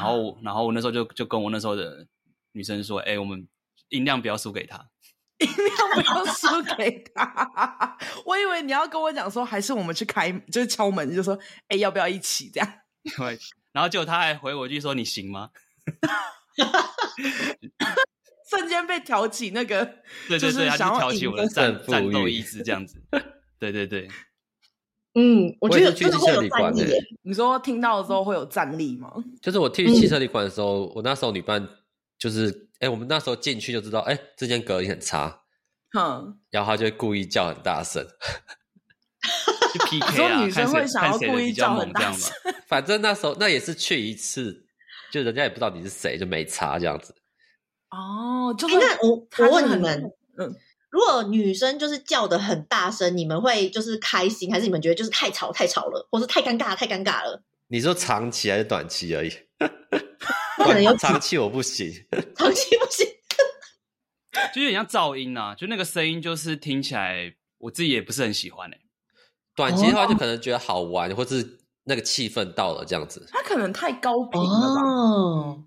Speaker 2: (laughs)
Speaker 5: 后然后我那时候就就跟我那时候的女生说，哎、我们音量不要输给他。 (laughs)
Speaker 2: 要不要输给他？我以为你要跟我讲说，还是我们去开，就是敲门，就说，哎、要不要一起这样？
Speaker 5: 对，然后结果他还回我一句说：“你行吗
Speaker 2: 瞬间被挑起那个，？”
Speaker 5: 对对
Speaker 2: 就
Speaker 5: 对，
Speaker 2: 是
Speaker 5: 他
Speaker 2: 想
Speaker 5: 就
Speaker 2: 要
Speaker 5: 挑起
Speaker 2: 赢
Speaker 5: 我的
Speaker 2: 得
Speaker 5: 战
Speaker 4: 胜负
Speaker 5: 战斗
Speaker 4: 欲
Speaker 5: 意志这样子。 (laughs) 对对对，
Speaker 1: 嗯，我
Speaker 4: 我
Speaker 1: 觉
Speaker 4: 也
Speaker 1: 得
Speaker 4: 是去
Speaker 1: 真的
Speaker 4: 汽
Speaker 1: 会
Speaker 4: 车
Speaker 1: 有
Speaker 4: 旅
Speaker 1: 战
Speaker 4: 馆
Speaker 1: 力、
Speaker 4: 欸
Speaker 1: 欸，
Speaker 2: 你说听到的时候会有战力吗？
Speaker 4: 就是我
Speaker 1: 嗯
Speaker 4: 去汽车旅馆的时候，我那时候女伴就是，哎、我们那时候进去就知道，哎、这间隔音很差，
Speaker 2: 哼，
Speaker 4: 然后她就会故意叫很大声。 (laughs)
Speaker 5: 就 PK
Speaker 2: 说 (laughs)
Speaker 5: 啊，
Speaker 2: 女
Speaker 5: 看
Speaker 2: 生
Speaker 5: 谁
Speaker 2: 会想
Speaker 5: 看
Speaker 2: 要
Speaker 5: 谁的
Speaker 2: 故意
Speaker 5: 比较
Speaker 2: 叫
Speaker 5: 猛
Speaker 2: 很
Speaker 5: 这
Speaker 2: 大
Speaker 5: 样吧
Speaker 2: 声。 (laughs)
Speaker 4: 反正那时候那也是去一次，就人家也不知道你是谁，就没差这样子。
Speaker 2: 哦，就
Speaker 1: 哎、
Speaker 2: 是
Speaker 1: 那我
Speaker 2: 他
Speaker 1: 我
Speaker 2: 就
Speaker 1: 问你
Speaker 2: 很
Speaker 1: 们，
Speaker 2: 嗯
Speaker 1: 如果女生就是叫的很大声，你们会就是开心，还是你们觉得就是太吵太吵了，或是太尴尬太尴尬了？
Speaker 4: 你说长期还是短期而已？
Speaker 1: 可能有
Speaker 4: 长期我不行，
Speaker 1: 长期不 (laughs) 行。
Speaker 5: 就有点像噪音啊，就那个声音就是听起来我自己也不是很喜欢
Speaker 2: (laughs)
Speaker 5: 哎、
Speaker 4: 短期的话就
Speaker 2: 哦
Speaker 4: 可能觉得好玩，或是那个气氛到了这样子。
Speaker 2: 他可能太高频了吧？
Speaker 1: 哦，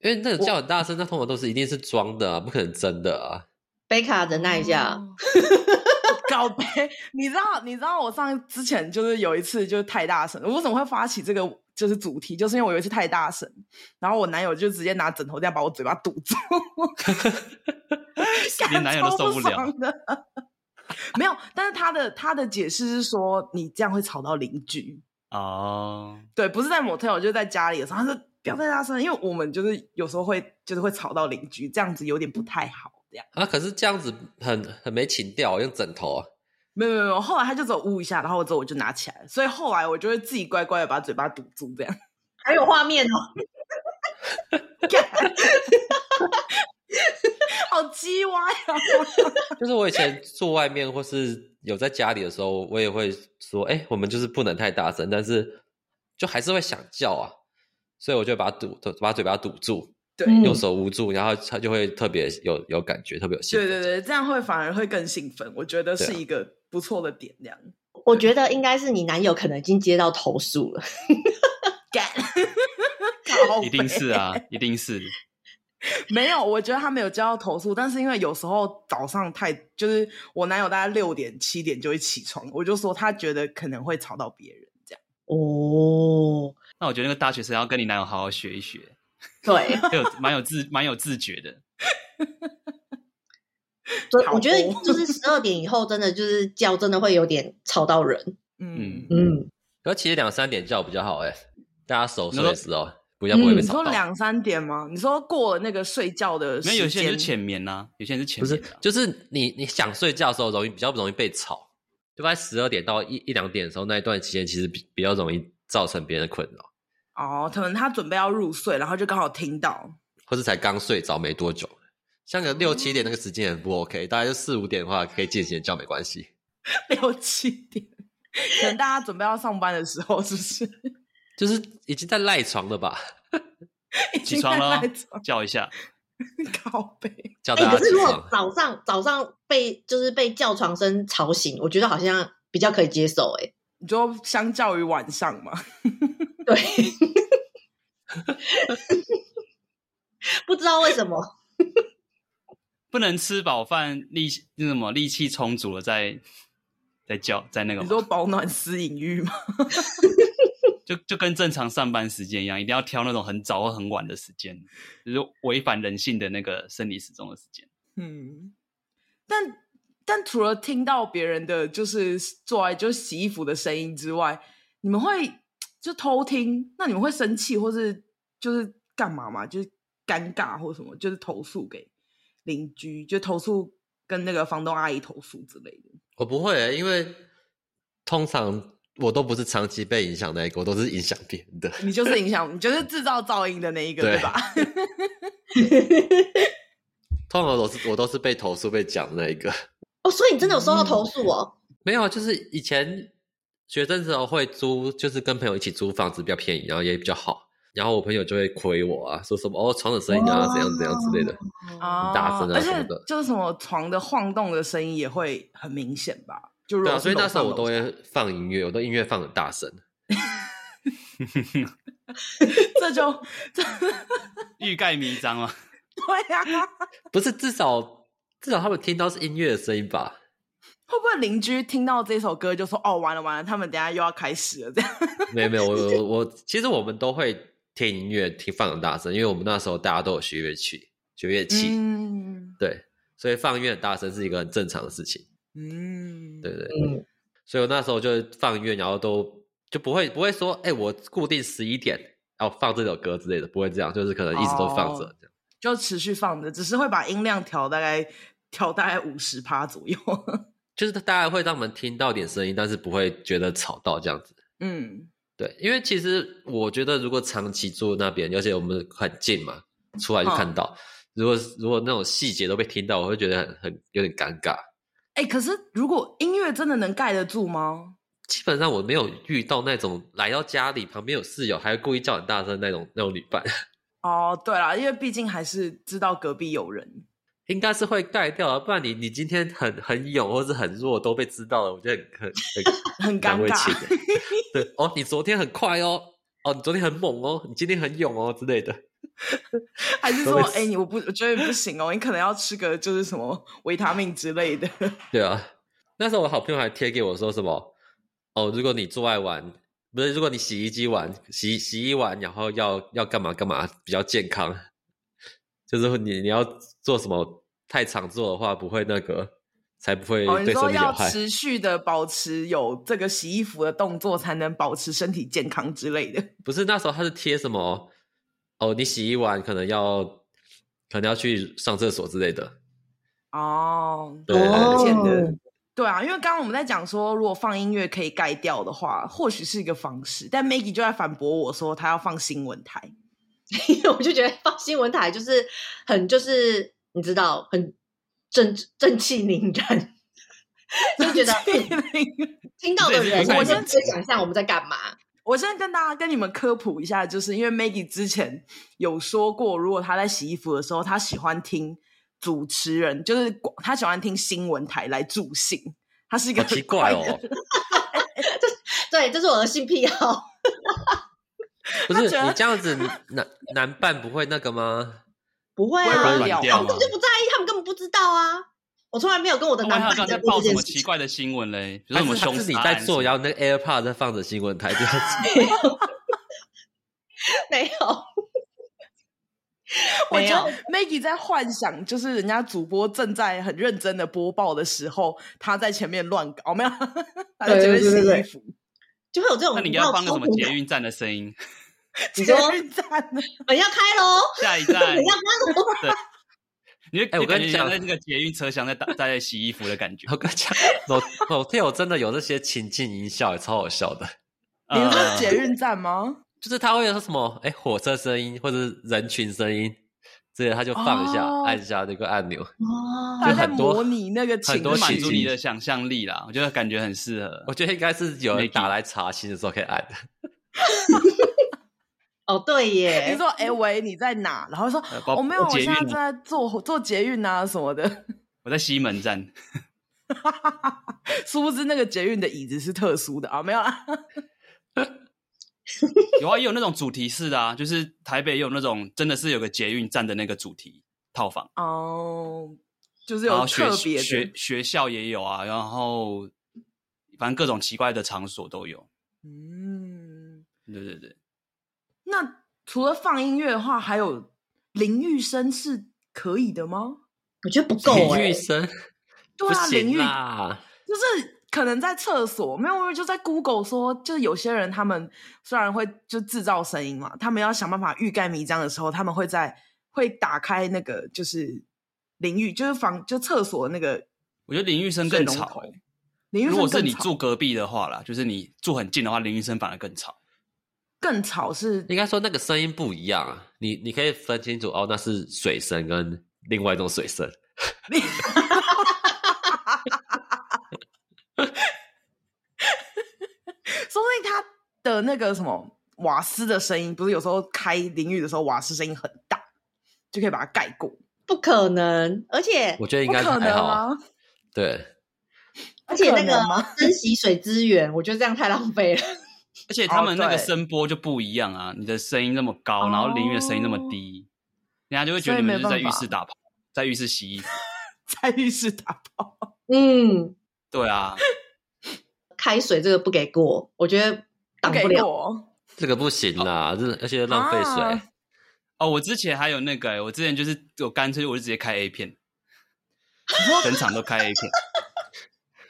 Speaker 4: 因为那种叫很大声，那通常都是一定是装的啊，不可能真的啊。
Speaker 1: 贝卡忍耐一下， (laughs)
Speaker 2: 哦。搞呗，你知道，你知道我上之前就是有一次就是太大声，我为什么会发起这个就是主题，就是因为我有一次太大声，然后我男友就直接拿枕头这样把我嘴巴堵住，干
Speaker 5: 连男友都受不
Speaker 2: 超
Speaker 5: 了。
Speaker 2: 爽的。 (laughs) 没有，但是他的他的解释是说，你这样会吵到邻居。
Speaker 5: 哦，
Speaker 2: 对，不是在 motel，就是在家里的时候，他说不要在家身，因为我们就是有时候会就是会吵到邻居，这样子有点不太好。这样
Speaker 4: 啊，可是这样子很很没情调，用枕头啊。
Speaker 2: 没有没有没有，后来他就走呜一下，然后我之后我就拿起来了，所以后来我就会自己乖乖的把嘴巴堵住，这样。 (laughs)
Speaker 1: 还有画面哦，
Speaker 2: 好鸡歪啊！
Speaker 4: 就是我以前住外面或是有在家里的时候，我也会说，哎、我们就是不能太大声，但是就还是会想叫啊，所以我就把它堵，把嘴巴堵住，
Speaker 2: 对
Speaker 1: 嗯
Speaker 4: 用手捂住，然后它就会特别有有感觉，特别有兴
Speaker 2: 对
Speaker 4: 奋。
Speaker 2: 对对，这样会反而会更兴奋，我觉得是
Speaker 4: 对啊
Speaker 2: 一个不错的点。这样
Speaker 1: 我觉得应该是你男友可能已经接到投诉了，
Speaker 2: 干，靠
Speaker 5: (laughs) 一定是
Speaker 2: 北
Speaker 5: 啊，一定是。
Speaker 2: 没有，我觉得他没有接到投诉，但是因为有时候早上太就是我男友大概六点七点就会起床，我就说他觉得可能会吵到别人，这样
Speaker 1: 哦，
Speaker 5: 那我觉得那个大学生要跟你男友好好学一学，
Speaker 1: (laughs) 对，
Speaker 5: 有蛮有自 (laughs) 蛮有自觉的。
Speaker 1: 所以
Speaker 2: 好
Speaker 1: 我觉得
Speaker 2: 哦
Speaker 1: 就是十二点以后，真的就是叫，真的会有点吵到人。
Speaker 2: 嗯。
Speaker 1: 嗯，
Speaker 4: 可其实两三点叫比较好、哎，大家熟睡
Speaker 5: 你
Speaker 4: 的
Speaker 5: 说
Speaker 4: 时候，不要不会被
Speaker 2: 嗯你
Speaker 4: 吵
Speaker 2: 说
Speaker 4: 到。
Speaker 2: 两三点吗？你说过了那个睡觉的时
Speaker 5: 没
Speaker 2: 间，
Speaker 5: 有有些人是浅眠呐、有些人是浅
Speaker 4: 不是
Speaker 5: 眠、啊，。
Speaker 4: 就是你你想睡觉的时候容易比较不容易被吵，就在十二点到一一两点的时候那一段期间，其实比比较容易造成别人的困扰，
Speaker 2: 哦，可能他准备要入睡，然后就刚好听到，
Speaker 4: 或是才刚睡着没多久，像个六七点那个时间很不 OK，大概就四五点的话可以进行叫没关系。
Speaker 2: 六七点，可能大家准备要上班的时候，是不是？
Speaker 4: 就是已经在赖床了吧？
Speaker 2: 已
Speaker 5: 起
Speaker 2: 经
Speaker 5: 床
Speaker 2: 在
Speaker 5: 了
Speaker 2: 赖床
Speaker 5: 啊叫一下，
Speaker 2: 靠背，
Speaker 4: 叫
Speaker 1: 哎、
Speaker 4: 大家
Speaker 1: 可是
Speaker 4: 起
Speaker 1: 如
Speaker 4: 床
Speaker 1: 果，早上早上被就是被叫床声吵醒，我觉得好像比较可以接受、欸。
Speaker 2: 你就相较于晚上嘛，
Speaker 1: 哎，对， (laughs) 不知道为什么， (laughs)
Speaker 5: 不能吃饱饭，力气那什么力气充足了再再叫，再那个
Speaker 2: 你
Speaker 5: 嘛
Speaker 2: 说保暖私隐欲嘛，
Speaker 5: 就就跟正常上班时间一样，一定要挑那种很早或很晚的时间，就是违反人性的那个生理时钟的时间。
Speaker 2: 嗯，但但除了听到别人的就是做爱就是洗衣服的声音之外，你们会就偷听？那你们会生气或是就是干嘛吗？就是尴尬或什么？就是投诉给邻居，就投诉跟那个房东阿姨投诉之类的。
Speaker 4: 我不会、欸因为通常我都不是长期被影响那一个，我都是影响别人的。
Speaker 2: 你就是影响，你就是制造噪音的那一个，
Speaker 4: 对
Speaker 2: 对吧？
Speaker 4: 通常我都是我都是被投诉被讲的那一个。
Speaker 1: 哦，所以你真的有收到投诉哦？
Speaker 4: 没有，啊就是以前学生时候会租，就是跟朋友一起租房子比较便宜，然后也比较好。然后我朋友就会亏我啊，说什么哦床的声音啊
Speaker 1: 哇
Speaker 4: 怎样怎样之类的。
Speaker 2: 啊
Speaker 4: 大声啊
Speaker 2: 而
Speaker 4: 什
Speaker 2: 且
Speaker 4: 么的
Speaker 2: 就是什么床的晃动的声音也会很明显吧？就如
Speaker 4: 对
Speaker 2: 果
Speaker 4: 啊，
Speaker 2: 是
Speaker 4: 所以那
Speaker 2: 楼
Speaker 4: 时候
Speaker 2: 上
Speaker 4: 我都
Speaker 2: 楼
Speaker 4: 会放音乐，我的音乐放很大声。
Speaker 2: (laughs) 这就这
Speaker 5: 欲盖弥彰啊！
Speaker 2: 对呀、
Speaker 4: 不是，至少至少他们听到是音乐的声音吧？
Speaker 2: 会不会邻居听到这首歌就说：“哦，完了完了，他们等一下又要开始了。”这样
Speaker 4: 没有没有，我我我其实我们都会听音乐，听放很大声，因为我们那时候大家都有学乐器，学乐器，
Speaker 2: 嗯
Speaker 4: 对，所以放音乐很大声是一个很正常的事情。
Speaker 2: 嗯，
Speaker 4: 对对对。
Speaker 1: 嗯，
Speaker 4: 所以我那时候就放音乐，然后都就不会不会说，哎、我固定十一点要放这首歌之类的，不会这样，就是可能一直都放着
Speaker 2: 哦
Speaker 4: 这样。
Speaker 2: 就持续放着，只是会把音量调大概调大概五十趴左右。
Speaker 4: 就是大家会让我们听到点声音，但是不会觉得吵到这样子。
Speaker 2: 嗯，
Speaker 4: 对，因为其实我觉得，如果长期住那边，而且我们很近嘛，出来就看到。如果如果那种细节都被听到，我会觉得很很有点尴尬。
Speaker 2: 哎、可是如果音乐真的能盖得住吗？
Speaker 4: 基本上我没有遇到那种来到家里旁边有室友还会故意叫很大声那种那种女伴，
Speaker 2: 哦，对啦，因为毕竟还是知道隔壁有人。
Speaker 4: 应该是会盖掉啊，不然你你今天很很勇或是很弱都被知道了，我觉得很很
Speaker 2: 很尴尬
Speaker 4: 难为情的。 (laughs) 对哦，你昨天很快哦，哦你昨天很猛哦，你今天很勇哦之类的。
Speaker 2: (laughs) 还是
Speaker 4: 都
Speaker 2: 说
Speaker 4: 会，
Speaker 2: 哎、你我不，我觉得不行哦，你可能要吃个就是什么维他命之类的。
Speaker 4: 对啊，那时候我好朋友还贴给我说什么哦，如果你做爱完不是，如果你洗衣机完洗洗衣完，然后要要干嘛干嘛比较健康，就是你你要做什么太常做的话，不会那个，才不会
Speaker 2: 哦，你
Speaker 4: 对身
Speaker 2: 说
Speaker 4: 体有
Speaker 2: 要
Speaker 4: 害。
Speaker 2: 持续的保持有这个洗衣服的动作，才能保持身体健康之类的。
Speaker 4: 不是那时候他是贴什么？哦，你洗衣完可能要可能要去上厕所之类的。
Speaker 2: 哦，
Speaker 4: 对，
Speaker 1: 哦
Speaker 2: 见的对啊，因为刚刚我们在讲说，如果放音乐可以盖掉的话，或许是一个方式。但 Maggie 就在反驳我说，她要放新闻台。 (laughs)
Speaker 1: 因为我就觉得放新闻台就是很就是你知道很正正气凛
Speaker 5: (laughs)
Speaker 1: 然，就觉得嗯听到的人，
Speaker 5: 对
Speaker 1: 我
Speaker 5: 我
Speaker 1: 先
Speaker 2: 先
Speaker 1: 直接想象我们在干嘛。
Speaker 2: 我现在跟大家跟你们科普一下，就是因为 Maggie 之前有说过，如果她在洗衣服的时候，她喜欢听主持人，就是广她喜欢听新闻台来助兴。她是一 (laughs) 个
Speaker 4: 好奇
Speaker 2: 很快
Speaker 4: 怪
Speaker 2: 乐
Speaker 4: 哦，
Speaker 1: 对，这是我的性癖好。
Speaker 4: 不是
Speaker 2: 他觉得
Speaker 4: 你这样子男男伴不会那个吗？
Speaker 1: 不会
Speaker 2: 不会
Speaker 1: 啊
Speaker 2: 软，
Speaker 1: 他
Speaker 2: 掉
Speaker 1: 们根本就不在意，他们根本不知道啊。我从来没有跟我的
Speaker 5: 外
Speaker 1: 男
Speaker 5: 哦还有
Speaker 1: 伴
Speaker 5: 刚才
Speaker 1: 讲
Speaker 5: 在
Speaker 1: 过
Speaker 5: 报
Speaker 1: 这
Speaker 5: 什
Speaker 1: 件
Speaker 5: 么
Speaker 1: 事
Speaker 5: 奇
Speaker 1: 情。
Speaker 5: 怪的新闻嘞？比如
Speaker 4: 还
Speaker 5: 说什
Speaker 4: 是
Speaker 5: 么
Speaker 4: 还
Speaker 5: 凶
Speaker 4: 是
Speaker 5: 杀案
Speaker 4: 你在
Speaker 5: 什
Speaker 4: 做，
Speaker 5: 么
Speaker 4: 然后那个 AirPod 在放着新闻台这
Speaker 2: (laughs)
Speaker 4: 样子？
Speaker 1: 没
Speaker 5: (laughs)
Speaker 1: 有，
Speaker 2: 我
Speaker 1: 没
Speaker 2: 觉
Speaker 1: 有
Speaker 2: 得 Maggie 在幻想，就是人家主播正在很认真的播报的时候，她在前面乱搞，哦没有？她在前面洗
Speaker 1: 对对对对
Speaker 2: 衣服，
Speaker 1: 就会有这种
Speaker 5: 那你
Speaker 1: 不
Speaker 5: 应
Speaker 1: 知
Speaker 5: 该
Speaker 1: 道
Speaker 5: 放个
Speaker 1: 冲
Speaker 5: 什么
Speaker 1: 突
Speaker 5: 捷
Speaker 1: 感
Speaker 5: 运站的声音？
Speaker 1: 你
Speaker 2: 捷
Speaker 1: 说
Speaker 2: 运站呢
Speaker 1: 门要开喽，(laughs)
Speaker 5: 下一
Speaker 1: 门
Speaker 5: 站，
Speaker 1: 要开喽，
Speaker 5: 你会
Speaker 4: 哎我
Speaker 5: 你
Speaker 4: 跟
Speaker 5: 感
Speaker 4: 你
Speaker 5: 觉
Speaker 4: 讲
Speaker 5: 像在那个捷运车厢在打在洗衣服的感觉
Speaker 4: 我。跟你讲，某某 t e 真的有这些情境音效，也超好笑的。
Speaker 2: 你是说
Speaker 5: 呃
Speaker 2: 捷运站吗？
Speaker 4: 就是他会有什么哎火车声音或者是人群声音之类的，他就放一下、
Speaker 2: 哦
Speaker 4: 按一下那个按钮。
Speaker 1: 哦，
Speaker 2: 她
Speaker 4: 就
Speaker 5: 啊
Speaker 2: 在
Speaker 4: 很多
Speaker 2: 模拟那个情
Speaker 4: 很多哦
Speaker 5: 就
Speaker 2: 景
Speaker 5: 满
Speaker 4: 情
Speaker 5: 足
Speaker 4: 景
Speaker 5: 你的想象力啦，我觉得感觉很适合。
Speaker 4: 我觉得应该是有人
Speaker 5: Maggie
Speaker 4: 打来查询的时候可以按的。
Speaker 1: 哦对
Speaker 2: 你
Speaker 1: 耶，
Speaker 2: 说：“哎、喂，你在哪？”然后说
Speaker 5: 呃：“
Speaker 2: 我、
Speaker 5: 包
Speaker 2: 没有，我
Speaker 5: 捷
Speaker 2: 现
Speaker 5: 运
Speaker 2: 在
Speaker 5: 啊
Speaker 2: 正在做做捷运啊什么的。 (laughs)
Speaker 5: 我在西门站，”
Speaker 2: 殊不知那个捷运的椅子是特殊的啊， (laughs) 没有啦。
Speaker 5: 有啊，也有那种主题式的啊，就是台北也有那种真的是有个捷运站的那个主题套房，
Speaker 2: 哦，就是
Speaker 5: 然
Speaker 2: 有
Speaker 5: 后学
Speaker 2: 特别
Speaker 5: 学
Speaker 2: 的，
Speaker 5: 学校也有啊，然后反正各种奇怪的场所都有。
Speaker 2: 嗯，
Speaker 5: 对对对，
Speaker 2: 那除了放音乐的话，还有淋浴声是可以的吗？
Speaker 1: 我觉得不够
Speaker 4: 体
Speaker 1: 哎
Speaker 4: 育，生
Speaker 2: 欸对
Speaker 4: 不
Speaker 2: 啊，淋
Speaker 4: 行
Speaker 2: 浴
Speaker 4: 啦，
Speaker 2: 就是可能在厕所，没有，我就在 Google 说，就是有些人他们虽然会就制造声音嘛，他们要想办法欲盖弥彰的时候，他们会在会打开那个就是淋浴，就是房就厕所的那个
Speaker 5: 我觉得淋浴声
Speaker 2: 水
Speaker 5: 更
Speaker 2: 龙
Speaker 5: 吵
Speaker 2: 头
Speaker 5: 欸、。
Speaker 2: 淋浴
Speaker 5: 如
Speaker 2: 声
Speaker 5: 果是
Speaker 2: 更
Speaker 5: 你
Speaker 2: 吵
Speaker 5: 住隔壁的话啦，就是你住很近的话，淋浴声反而更吵。
Speaker 2: 更吵是
Speaker 4: 应该说那个声音不一样啊。你你可以分清楚哦，那是水声跟另外一种水声。
Speaker 2: 说不定他的那个什么瓦斯的声音，不是有时候开淋浴的时候瓦斯声音很大，就可以把它盖过。
Speaker 1: 不可能，而且
Speaker 4: 我觉得应
Speaker 2: 不
Speaker 4: 该是
Speaker 2: 可
Speaker 4: 还
Speaker 2: 能
Speaker 4: 好啊。
Speaker 2: 啊！
Speaker 4: 对，
Speaker 1: 而且那
Speaker 2: 不可能
Speaker 1: 个 (laughs)
Speaker 2: 吗
Speaker 1: 珍惜水资源，我觉得这样太浪费了。
Speaker 5: 而且他
Speaker 2: 哦
Speaker 5: 们那个
Speaker 2: 对
Speaker 5: 声波就不一样啊，你的声音那么高，然后淋浴的声音那么低，人家就会觉得
Speaker 2: 哦所以
Speaker 5: 你们就
Speaker 2: 没
Speaker 5: 是在
Speaker 2: 办法
Speaker 5: 浴室打炮，在浴室洗衣服。
Speaker 2: 在浴室打包，
Speaker 1: 嗯，
Speaker 5: 对啊，
Speaker 1: 开水这个不给过，我觉得
Speaker 2: 不
Speaker 1: 挡
Speaker 2: 给
Speaker 1: 不了。
Speaker 2: 我
Speaker 4: 这个不行啦，这而且浪费
Speaker 2: 哦
Speaker 4: 水。
Speaker 2: 啊
Speaker 5: 哦，我之前还有那个欸、我之前就是我干脆我就直接开 A 片，整场都开 A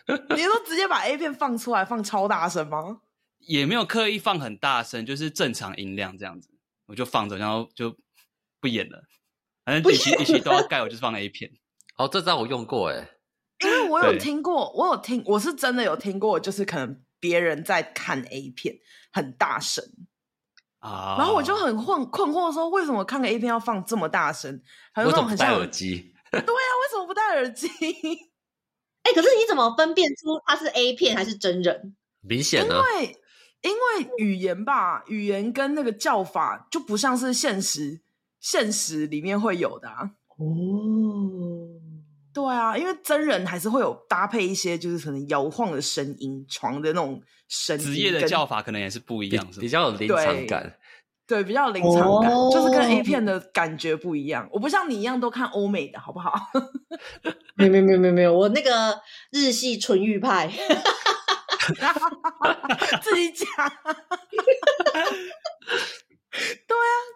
Speaker 5: 片，
Speaker 2: 你说直接把 A 片放出来，放超大声吗？
Speaker 5: 也没有刻意放很大声，就是正常音量这样子，我就放着，然后就不演了。反正一期一期都要盖，我就是放 A 片。
Speaker 4: 哦，这招我用过哎，
Speaker 2: 因为我有
Speaker 5: 对
Speaker 2: 听过，我有听，我是真的有听过，就是可能别人在看 A 片很大声，
Speaker 4: 哦
Speaker 5: 啊，
Speaker 2: (laughs) 然后我就很困困惑说，为什么看个 A 片要放这么大声？还有
Speaker 4: 为
Speaker 2: 那
Speaker 4: 什
Speaker 2: 种
Speaker 4: 么不
Speaker 2: 很
Speaker 4: 戴
Speaker 2: 像
Speaker 4: 耳机？
Speaker 2: 对啊，为什么不戴耳机？ (laughs)
Speaker 1: 哎、可是你怎么分辨出它是 A 片还是真人？
Speaker 4: 明显啊，
Speaker 2: 因为因为语言吧，语言跟那个叫法就不像是现实现实里面会有的啊。
Speaker 1: 哦，
Speaker 2: 对啊，因为真人还是会有搭配一些就是可能摇晃的声音、床的那种声音跟，
Speaker 5: 职业的叫法可能也是不一
Speaker 4: 比
Speaker 5: 样，是吧
Speaker 4: 比较有临场感。
Speaker 2: 对比较有临场感，
Speaker 1: 哦
Speaker 2: 就是跟 A 片的感觉不一样。我不像你一样都看欧美的好不好？ (laughs)
Speaker 1: 没有没有没有没有没有，我那个日系纯欲派， (laughs)
Speaker 2: (laughs) 自己讲。啊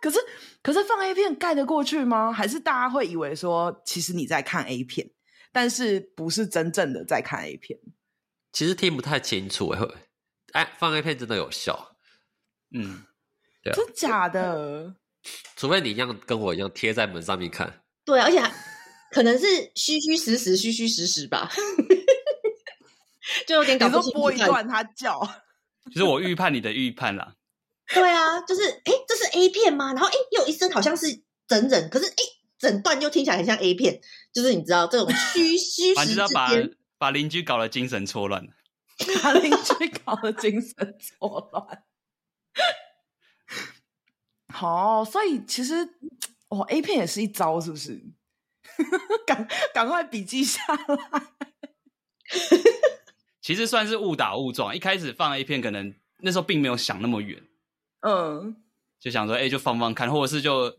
Speaker 2: 可是可是放 A 片盖得过去吗？还是大家会以为说，其实你在看 A 片，但是不是真正的在看 A 片？
Speaker 4: 其实听不太清楚哎、会哎，放 A 片真的有效，
Speaker 5: 嗯，
Speaker 4: 对啊
Speaker 2: 真假的？
Speaker 4: 除非你一样跟我一样贴在门上面看，
Speaker 1: 对，啊而且还可能是虚虚实实、虚虚实实吧， (laughs) 就有点搞
Speaker 2: 你
Speaker 1: 不
Speaker 2: 说
Speaker 1: 清楚
Speaker 2: 播一
Speaker 1: 看。
Speaker 2: 段他叫，
Speaker 5: 就是我预判你的预判啦。
Speaker 1: 对啊，就是哎，诶这是 A 片吗？然后哎，诶又有一声好像是整整，可是哎，诶整段又听起来很像 A 片，就是你知道这种虚虚
Speaker 5: 反
Speaker 1: 实
Speaker 5: 正
Speaker 1: 之
Speaker 5: 就是要把
Speaker 1: 间，
Speaker 5: 把邻居搞得精神错乱。
Speaker 2: 把邻居搞得精神错乱。好，所以其实哦，A 片也是一招，是不是？ (laughs) 赶赶快笔记下来。
Speaker 5: 其实算是误打误撞，一开始放 A 片，可能那时候并没有想那么远，
Speaker 2: 嗯，
Speaker 5: 就想说，哎、就放放看，或者是就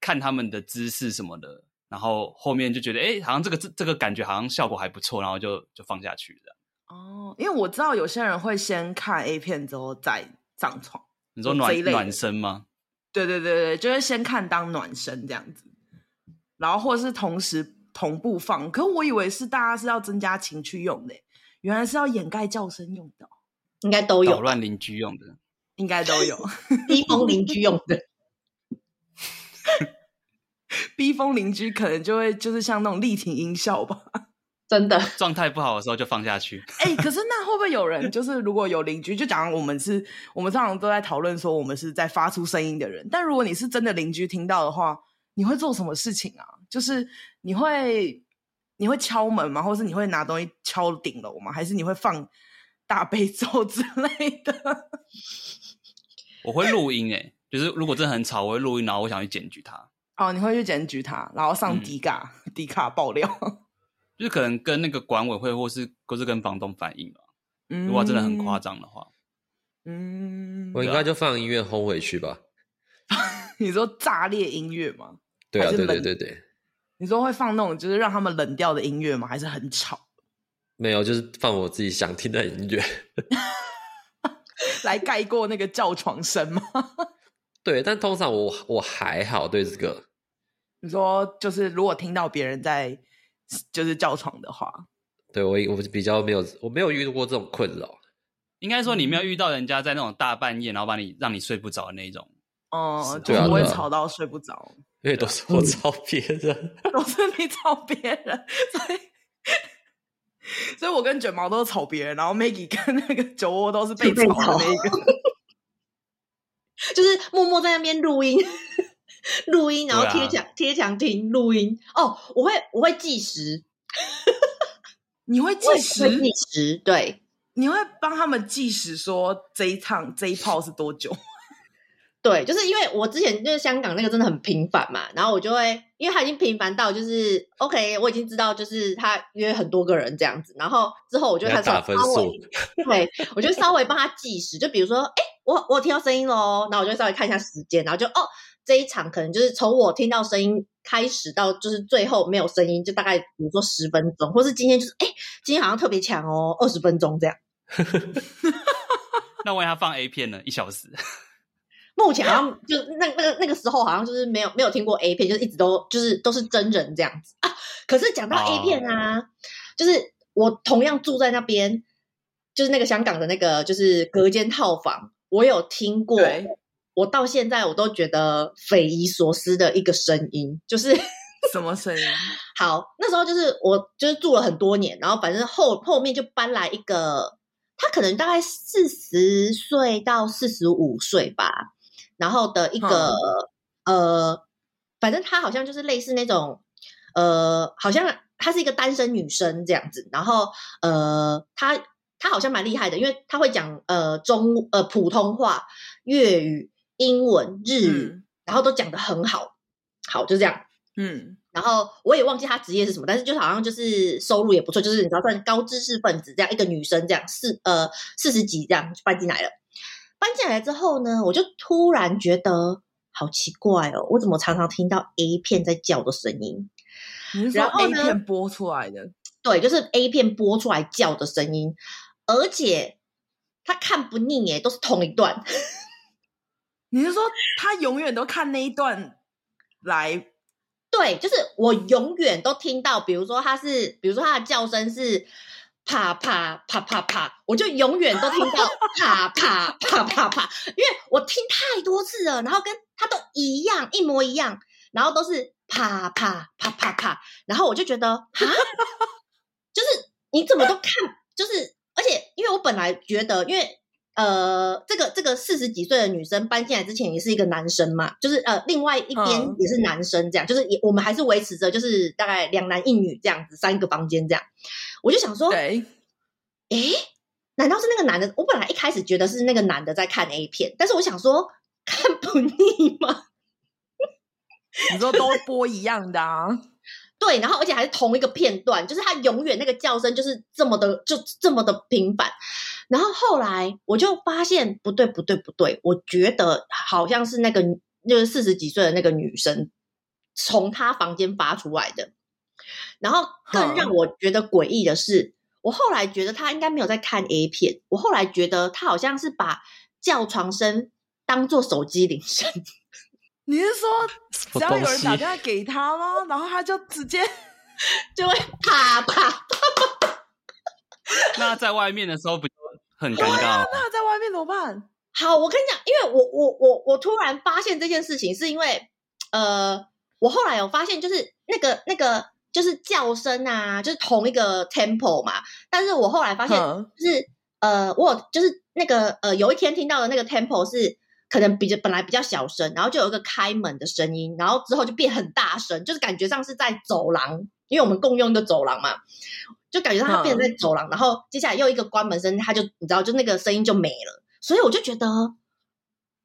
Speaker 5: 看他们的姿势什么的，然后后面就觉得，哎、好像这个这这个感觉好像效果还不错，然后就就放下去了。
Speaker 2: 哦，因为我知道有些人会先看 A 片之后再上床。
Speaker 5: 你说
Speaker 2: 这
Speaker 5: 暖
Speaker 2: 一类的
Speaker 5: 暖身吗？
Speaker 2: 对对对对，就是先看当暖身这样子，然后或者是同时同步放。可我以为是大家是要增加情趣用的，原来是要掩盖叫声用的哦，
Speaker 1: 应该都
Speaker 5: 扰
Speaker 1: 有吧，
Speaker 5: 乱邻居用的，
Speaker 2: 应该都有。
Speaker 1: 逼疯邻居用的。
Speaker 2: 逼疯邻居可能就会就是像那种立体音效吧。 (laughs)
Speaker 1: 真的，
Speaker 5: 状态不好的时候就放下去。
Speaker 2: 哎、可是那会不会有人就是如果有邻居，就讲我们是我们常常都在讨论说我们是在发出声音的人，但如果你是真的邻居听到的话，你会做什么事情啊？就是你会你会敲门吗？或是你会拿东西敲顶楼吗？还是你会放大悲咒之类的？
Speaker 5: 我会录音、哎，就是如果真的很吵，我会录音，然后我想去检举他，
Speaker 2: (laughs) 哦，你会去检举他，然后上
Speaker 5: 嗯
Speaker 2: 迪卡、迪卡爆料。
Speaker 5: 就是可能跟那个管委会或是或是跟房东反映吧。
Speaker 2: (laughs) 嗯
Speaker 5: 如果真的很夸，张的话，
Speaker 2: 嗯，
Speaker 4: 我应该就放音乐轰回去吧。
Speaker 2: (laughs) 你说炸裂音乐吗？
Speaker 4: 对啊，
Speaker 2: 还是
Speaker 4: 对对
Speaker 2: 冷
Speaker 4: 对对，
Speaker 2: 你说会放那种就是让他们冷掉的音乐吗？还是很吵？ (laughs)
Speaker 4: 没有，就是放我自己想听的音乐。
Speaker 2: 来盖过那个叫床声吗？ (laughs)
Speaker 4: 对，但通常我我还好对这个，
Speaker 2: 你说就是如果听到别人在就是叫床的话，
Speaker 4: 对我我比较没有我没有遇到过这种困扰。
Speaker 5: 应该说你
Speaker 2: 嗯
Speaker 5: 没有遇到人家在那种大半夜，然后把你让你睡不着的那一种。
Speaker 2: 嗯，就
Speaker 4: 对啊
Speaker 2: 不会
Speaker 4: 对啊
Speaker 2: 吵到睡不着， (laughs)
Speaker 4: 因
Speaker 1: 啊
Speaker 4: 为都是我找别人，
Speaker 2: 都是你吵别人，所以所以我跟卷毛都是吵别人，然后 Maggie 跟那个酒窝都是被
Speaker 1: 被
Speaker 2: 吵
Speaker 1: 吵
Speaker 2: 的那一个。
Speaker 1: (laughs) 就是默默在那边录音， (laughs) 录音，然后
Speaker 5: 对
Speaker 1: 贴
Speaker 5: 啊
Speaker 1: 墙、贴墙听录音。哦，我会我会计时，
Speaker 2: 你会
Speaker 1: 我
Speaker 2: 计
Speaker 1: 也会
Speaker 2: 时，
Speaker 1: 计时，对
Speaker 2: 你会帮他们计时，说这一趟这一炮是多久？ (laughs)
Speaker 1: 对，就是因为我之前就是香港那个真的很频繁嘛，然后我就会，因为他已经频繁到就是 OK，我已经知道就是他约很多个人这样子，然后之 (laughs) 后我就
Speaker 4: 要
Speaker 1: 开始
Speaker 4: 打分
Speaker 1: 稍微
Speaker 4: 数，
Speaker 1: 对，我就稍微帮他计时，就比如说，哎、我我有听到声音喽，然后我就稍微看一下时间，然后就哦，这一场可能就是从我听到声音开始到就是最后没有声音，就大概比如说十分钟，或是今天就是哎、诶今天好像特别强哦，二十分钟这样。
Speaker 5: 那万一他放 A 片呢？一小时，
Speaker 1: 目前好像就那那个那个时候好像就是没有没有听过 A 片，就是一直都就是都是真人这样子啊。可是讲到
Speaker 5: 哦
Speaker 1: A 片啊，就是我同样住在那边，就是那个香港的那个就是隔间套房，我有听过
Speaker 2: 对，
Speaker 1: 我到现在我都觉得匪夷所思的一个声音，就是。
Speaker 2: 什么声音？
Speaker 1: 好，那时候就是我就是住了很多年，然后反正后后面就搬来一个，他可能大概四十岁到四十五岁吧，然后的一个、呃，反正他好像就是类似那种呃，好像她是一个单身女生这样子，然后呃，她她好像蛮厉害的，因为她会讲呃中呃普通话、粤语、英文、日语，
Speaker 2: 嗯
Speaker 1: 然后都讲得很好，好就这样。
Speaker 2: 嗯，
Speaker 1: 然后我也忘记她职业是什么，但是就是好像就是收入也不错，就是你知道算高知识分子这样一个女生这样四呃四十几这样就搬进来了。搬进来之后呢，我就突然觉得好奇怪哦，我怎么常常听到 A 片在叫的声音？
Speaker 2: 你是说
Speaker 1: 然后
Speaker 2: A
Speaker 1: 呢
Speaker 2: 片播出来的？
Speaker 1: 对，就是 A 片播出来叫的声音，而且他看不腻耶，都是同一段。
Speaker 2: 你是说他永远都看那一段来？
Speaker 1: 对，就是我永远都听到，比如说他是，比如说他的叫声是啪啪啪啪啪，我就永远都听到啪啪啪啪啪，因为我听太多次了，然后跟他都一样，一模一样，然后都是啪啪啪啪啪，然后我就觉得啊， (laughs) 就是你怎么都看，就是而且因为我本来觉得，因为。呃，这个这个四十几岁的女生搬进来之前也是一个男生嘛，就是呃，另外一边
Speaker 2: 嗯
Speaker 1: 也是男生，这样、就是也我们还是维持着就是大概两男一女这样子三个房间这样。我就
Speaker 4: 哦
Speaker 1: 想说，
Speaker 2: 对，
Speaker 1: 诶，难道是那个男的？我本来一开始觉得是那个男的在看 A 片，但是我想说看不腻吗？
Speaker 2: 你说都播一样的啊？ (laughs)
Speaker 1: 对，然后而且还是同一个片段，就是他永远那个叫声就是这么的，就这么的频繁。然后后来我就发现不对，不对，不对，我觉得好像是那个就是四十几岁的那个女生从她房间发出来的。然后更让
Speaker 2: 哼
Speaker 1: 我觉得诡异的是，我后来觉得她应该没有在看 A 片，我后来觉得她好像是把叫床声当做手机铃声。 (laughs)
Speaker 2: 你是说只
Speaker 4: 么
Speaker 2: 要有
Speaker 4: 东
Speaker 2: 人打
Speaker 4: 西
Speaker 2: 电话给他吗？然后他就直接
Speaker 1: 就会啪啪。
Speaker 5: (laughs) 那在外面的时候不就很尴尬吗？
Speaker 2: 那在外面怎么办？
Speaker 1: 好，我跟你讲，因为我我我我突然发现这件事情，是因为呃，我后来有发现，就是那个那个就是叫声啊，就是同一个 tempo 嘛。但是我后来发现，
Speaker 2: 哼
Speaker 1: 就是呃，我有就是那个呃，有一天听到的那个 tempo 是。可能比较本来比较小声，然后就有一个开门的声音，然后之后就变很大声，就是感觉上是在走廊，因为我们共用一个走廊嘛，就感觉到它变成在走廊，然后接下来又一个关门声，它就你知道，就那个声音就没了，所以我就觉得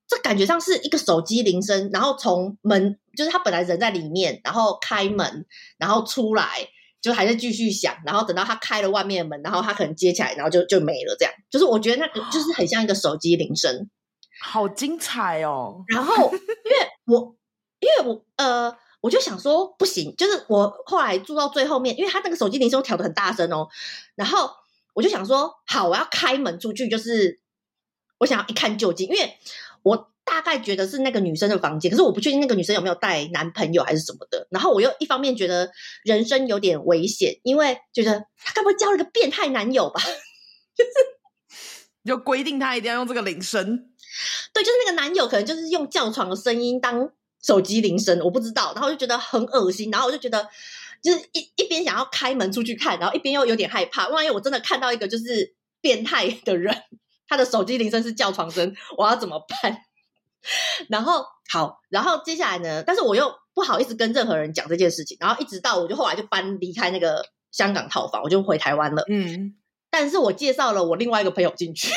Speaker 1: 这感觉上是一个手机铃声，然后从门就是他本来人在里面，然后开门，然后出来。就还是继续响，然后等到他开了外面的门，然后他可能接起来，然后就就没了。这样就是我觉得那个就是很像一个手机铃声，
Speaker 2: 好精彩哦！
Speaker 1: 然后因为我因为我呃，我就想说不行，就是我后来住到最后面，因为他那个手机铃声调的很大声哦，然后我就想说好，我要开门出去，就是我想要一看究竟，因为我。大概觉得是那个女生的房间，可是我不确定那个女生有没有带男朋友还是什么的。然后我又一方面觉得人生有点危险，因为觉得她该不会交了个变态男友吧？
Speaker 2: 你就规定他一定要用这个铃声，
Speaker 1: 对，就是那个男友可能就是用叫床的声音当手机铃声，我不知道，然后我就觉得很恶心，然后我就觉得就是一一边想要开门出去看，然后一边又有点害怕，万一我真的看到一个就是变态的人，他的手机铃声是叫床声，我要怎么办？ (laughs) 然后好，然后接下来呢？但是我又不好意思跟任何人讲这件事情，然后一直到我就后来就搬离开那个香港套房，我就回台湾了。
Speaker 2: 嗯，
Speaker 1: 但是我介绍了我另外一个朋友进去。